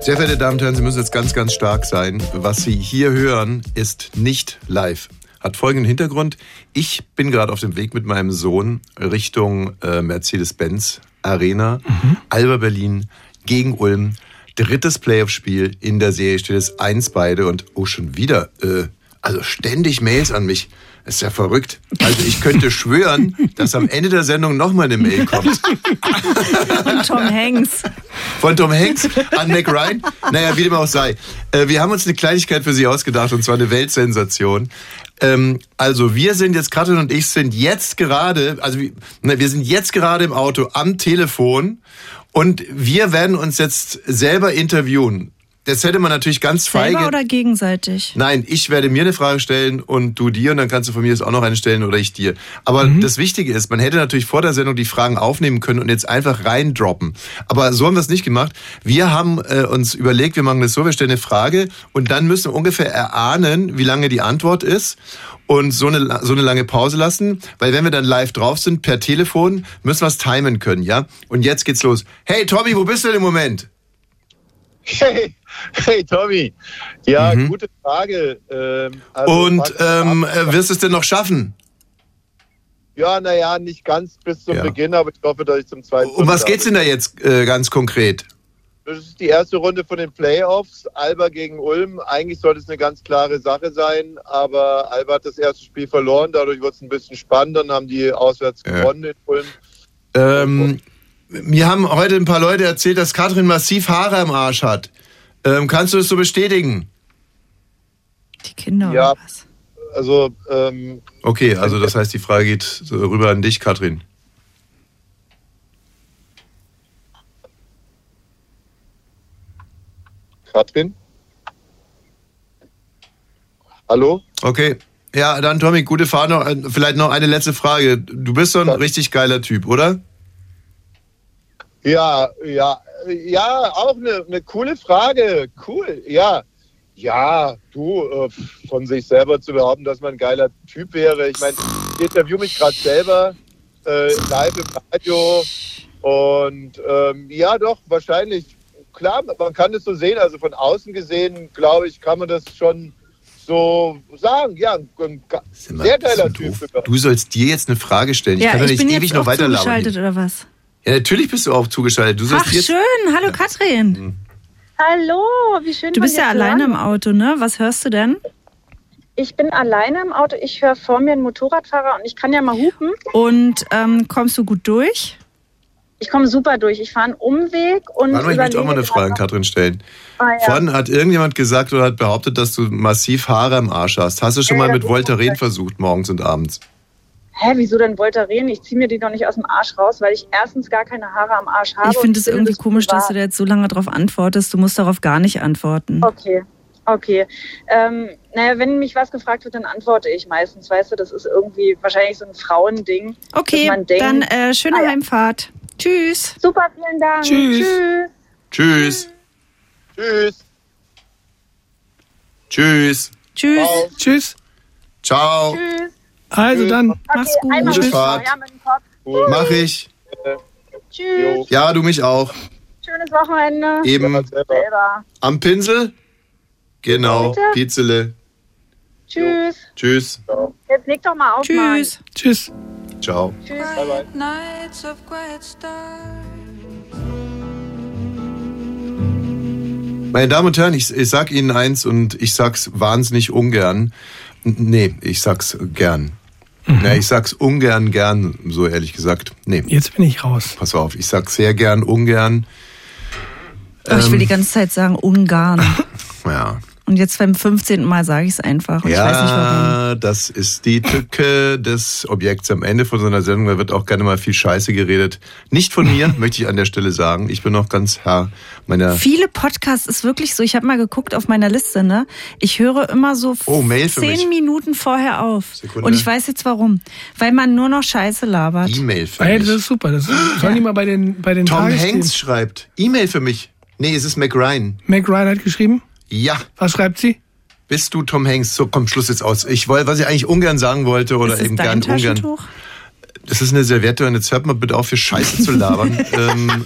Speaker 6: Sehr verehrte Damen und Herren, Sie müssen jetzt ganz, ganz stark sein. Was Sie hier hören, ist nicht live. Hat folgenden Hintergrund. Ich bin gerade auf dem Weg mit meinem Sohn Richtung äh, Mercedes-Benz Arena, Alba Berlin gegen Ulm. Drittes Playoff-Spiel in der Serie steht es eins beide und oh, schon wieder. Äh, also ständig Mails an mich. Ist ja verrückt. Also ich könnte (laughs) schwören, dass am Ende der Sendung nochmal eine Mail kommt. (laughs)
Speaker 7: Und Tom Hanks.
Speaker 6: Von Tom Hanks (laughs) an Mac Ryan. Naja, wie dem auch sei. Äh, wir haben uns eine Kleinigkeit für Sie ausgedacht und zwar eine Weltsensation. Ähm, also wir sind jetzt, Katrin und ich sind jetzt gerade, also wir, ne, wir sind jetzt gerade im Auto am Telefon und wir werden uns jetzt selber interviewen. Das hätte man natürlich ganz feige.
Speaker 7: Selber oder gegenseitig?
Speaker 6: Nein, ich werde mir eine Frage stellen und du dir und dann kannst du von mir das auch noch eine stellen oder ich dir. Aber das Wichtige ist, man hätte natürlich vor der Sendung die Fragen aufnehmen können und jetzt einfach reindroppen. Aber so haben wir es nicht gemacht. Wir haben äh, uns überlegt, wir machen das so, wir stellen eine Frage und dann müssen wir ungefähr erahnen, wie lange die Antwort ist und so eine, so eine lange Pause lassen, weil wenn wir dann live drauf sind per Telefon, müssen wir es timen können, ja? Und jetzt geht's los. Hey Tommy, wo bist du denn im Moment?
Speaker 18: Hey, hey Tommy. Ja,
Speaker 6: Mhm.
Speaker 18: gute Frage. Ähm, also
Speaker 6: und
Speaker 18: Frank-
Speaker 6: ähm, äh, wirst du es denn noch schaffen?
Speaker 18: ja, naja, nicht ganz bis zum
Speaker 6: Ja.
Speaker 18: Beginn, aber ich hoffe, dass ich zum zweiten.
Speaker 6: Um was geht's denn da jetzt äh, ganz konkret?
Speaker 18: Das ist die erste Runde von den Playoffs. Alba gegen Ulm. Eigentlich sollte es eine ganz klare Sache sein, aber Alba hat das erste Spiel verloren. Dadurch wurde es ein bisschen spannend. Dann haben die auswärts gewonnen in Ulm.
Speaker 6: Ähm, mir haben heute ein paar Leute erzählt, dass Katrin massiv Haare im Arsch hat. Ähm, kannst du das so bestätigen?
Speaker 7: Die Kinder.
Speaker 18: Ja, also ähm,
Speaker 6: Okay, also das heißt, die Frage geht so rüber an dich, Katrin.
Speaker 18: Katrin? Hallo?
Speaker 6: Okay. Ja, dann Tommy, gute Fahrt noch. Äh, Vielleicht noch eine letzte Frage. Du bist so ein richtig geiler Typ, oder?
Speaker 18: Ja, ja, ja, auch eine, eine coole Frage. Cool, ja. Ja, du, äh, von sich selber zu behaupten, dass man ein geiler Typ wäre. Ich meine, ich interview mich gerade selber äh, live im Radio. Und ähm, ja, doch, wahrscheinlich. Klar, man kann das so sehen. Also von außen gesehen, glaube ich, kann man das schon so sagen. Ja, ein, ein
Speaker 6: mal
Speaker 18: sehr
Speaker 6: ein bisschen
Speaker 18: geiler Typ.
Speaker 6: Du sollst dir jetzt eine Frage stellen. Ich
Speaker 7: ja,
Speaker 6: kann doch
Speaker 7: ich
Speaker 6: nicht
Speaker 7: bin
Speaker 6: ewig
Speaker 7: jetzt
Speaker 6: noch
Speaker 7: auch
Speaker 6: weiterlaufen.
Speaker 7: zugeschaltet oder was?
Speaker 6: Ja, natürlich bist du auch zugeschaltet. Du sollst
Speaker 7: Ach,
Speaker 6: jetzt
Speaker 7: schön. Hallo,
Speaker 6: Hm.
Speaker 7: Katrin.
Speaker 19: Hallo, wie schön.
Speaker 7: Du bist
Speaker 19: man
Speaker 7: ja
Speaker 19: jetzt
Speaker 7: alleine
Speaker 19: hören.
Speaker 7: im Auto, ne? Was hörst du denn?
Speaker 19: Ich bin alleine im Auto. Ich höre vor mir einen Motorradfahrer und ich kann ja mal hupen.
Speaker 7: Und ähm, kommst du gut durch?
Speaker 19: Ich komme super durch. Ich fahre einen Umweg und.
Speaker 6: Warte mal, ich möchte auch mal eine
Speaker 19: überlege
Speaker 6: Frage an Katrin stellen.
Speaker 19: Ah, ja.
Speaker 6: Vorhin hat irgendjemand gesagt oder hat behauptet, dass du massiv Haare im Arsch hast. Hast du schon
Speaker 19: Ja,
Speaker 6: mal
Speaker 19: ja,
Speaker 6: mit
Speaker 19: das
Speaker 6: Voltaren versucht, morgens und abends?
Speaker 19: Hä, wieso denn Voltaren? Ich ziehe mir die doch nicht aus dem Arsch raus, weil ich erstens gar keine Haare am Arsch habe.
Speaker 7: Ich
Speaker 19: und
Speaker 7: finde es irgendwie komisch, dass du da jetzt so lange drauf antwortest. Du musst darauf gar nicht antworten.
Speaker 19: Okay, okay. Ähm, naja, wenn mich was gefragt wird, dann antworte ich meistens. Weißt du, das ist irgendwie wahrscheinlich so ein Frauending.
Speaker 7: Okay,
Speaker 19: dass man denkt,
Speaker 7: dann äh, schöne
Speaker 19: ah, ja.
Speaker 7: Heimfahrt. Tschüss.
Speaker 19: Super, vielen Dank.
Speaker 7: Tschüss.
Speaker 19: Tschüss.
Speaker 6: Tschüss.
Speaker 18: Tschüss.
Speaker 6: Tschüss.
Speaker 7: Tschüss.
Speaker 8: Tschüss.
Speaker 6: Ciao.
Speaker 19: Tschüss.
Speaker 8: Also dann, mach's
Speaker 19: Okay,
Speaker 8: gut.
Speaker 19: einmal
Speaker 6: Gute
Speaker 19: mit
Speaker 6: Fahrt.
Speaker 19: Florian mit dem Kopf.
Speaker 6: Mach ich.
Speaker 19: Tschüss.
Speaker 6: Ja, du mich auch.
Speaker 19: Schönes Wochenende.
Speaker 6: Eben.
Speaker 19: Selber.
Speaker 6: Am Pinsel? Genau.
Speaker 19: Bitte?
Speaker 6: Pizele.
Speaker 19: Tschüss.
Speaker 6: Tschüss.
Speaker 19: Jetzt leg doch mal auf, Mann.
Speaker 8: Tschüss.
Speaker 6: Ciao.
Speaker 19: Tschüss.
Speaker 20: Nights of quiet stars.
Speaker 6: Meine Damen und Herren, ich, ich sag Ihnen eins und ich sag's wahnsinnig ungern. N- Nee, ich sag's gern.
Speaker 8: Mhm.
Speaker 6: Ja, ich sag's ungern gern, so ehrlich gesagt. Nee.
Speaker 8: Jetzt bin ich raus.
Speaker 6: Pass auf, ich sag's sehr gern ungern.
Speaker 7: Aber Oh, ich will die
Speaker 6: Ähm,
Speaker 7: ganze Zeit sagen, Ungarn.
Speaker 6: (laughs) ja.
Speaker 7: Und jetzt beim 15. Mal sage ich es einfach. Und ich weiß nicht warum.
Speaker 6: Ja, das ist die Tücke des Objekts am Ende von so einer Sendung. Da wird auch gerne mal viel Scheiße geredet. Nicht von
Speaker 8: (laughs)
Speaker 6: mir, möchte ich an der Stelle sagen. Ich bin noch ganz Herr meiner.
Speaker 7: Viele Podcasts ist wirklich so. Ich habe mal geguckt auf meiner Liste, ne? Ich höre immer so
Speaker 6: Oh, Mail für mich.
Speaker 7: zehn Minuten vorher auf.
Speaker 6: Sekunde.
Speaker 7: Und ich weiß jetzt warum. Weil man nur noch Scheiße labert.
Speaker 6: E-Mail für
Speaker 8: Ey,
Speaker 6: mich.
Speaker 8: Ah das ist super. Das
Speaker 6: (gasps)
Speaker 8: sollen die mal bei den, bei den
Speaker 6: Tom
Speaker 8: Tagesthemen-
Speaker 6: Hanks schreibt. E-Mail für mich. Nee, es ist Mac Ryan.
Speaker 8: Mac Ryan hat geschrieben.
Speaker 6: Ja.
Speaker 8: Was schreibt sie?
Speaker 6: Bist du Tom Hanks? So, komm, Schluss jetzt aus. Ich wollte, was ich eigentlich ungern sagen wollte oder
Speaker 7: ist es
Speaker 6: eben
Speaker 7: dein
Speaker 6: gern ungern.
Speaker 7: Taschentuch?
Speaker 6: Das ist eine Serviette und jetzt hört mal bitte auf, hier Scheiße zu labern.
Speaker 7: (laughs)
Speaker 6: ähm,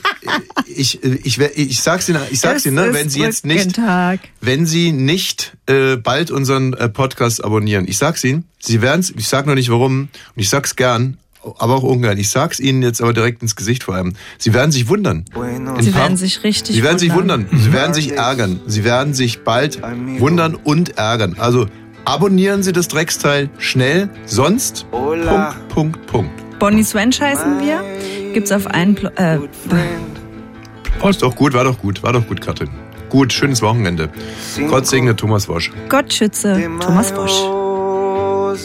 Speaker 6: ich, ich, ich, ich sag's Ihnen, ich sag's
Speaker 7: Es
Speaker 6: Ihnen, ne,
Speaker 7: ist
Speaker 6: wenn Sie jetzt nicht,
Speaker 7: Brückentag.
Speaker 6: wenn Sie nicht äh, bald unseren äh, Podcast abonnieren, ich sag's Ihnen, Sie werden's, ich sag noch nicht warum und ich sag's gern, aber auch ungern. Ich sag's Ihnen jetzt aber direkt ins Gesicht vor allem. Sie werden sich wundern. In
Speaker 7: Sie
Speaker 6: paar-
Speaker 7: werden sich richtig
Speaker 6: Sie werden sich wundern. Sie
Speaker 8: Mhm.
Speaker 6: werden sich ärgern. Sie werden sich bald wundern und ärgern. Also abonnieren Sie das Drecksteil schnell, sonst Punkt, Punkt, Punkt.
Speaker 7: Bonnie Swench heißen wir. Gibt's auf allen Pl äh,
Speaker 6: Ist doch gut, war doch gut, war doch gut, Katrin. Gut, schönes Wochenende. Gott segne Thomas Wosch.
Speaker 7: Gott schütze Thomas Bosch.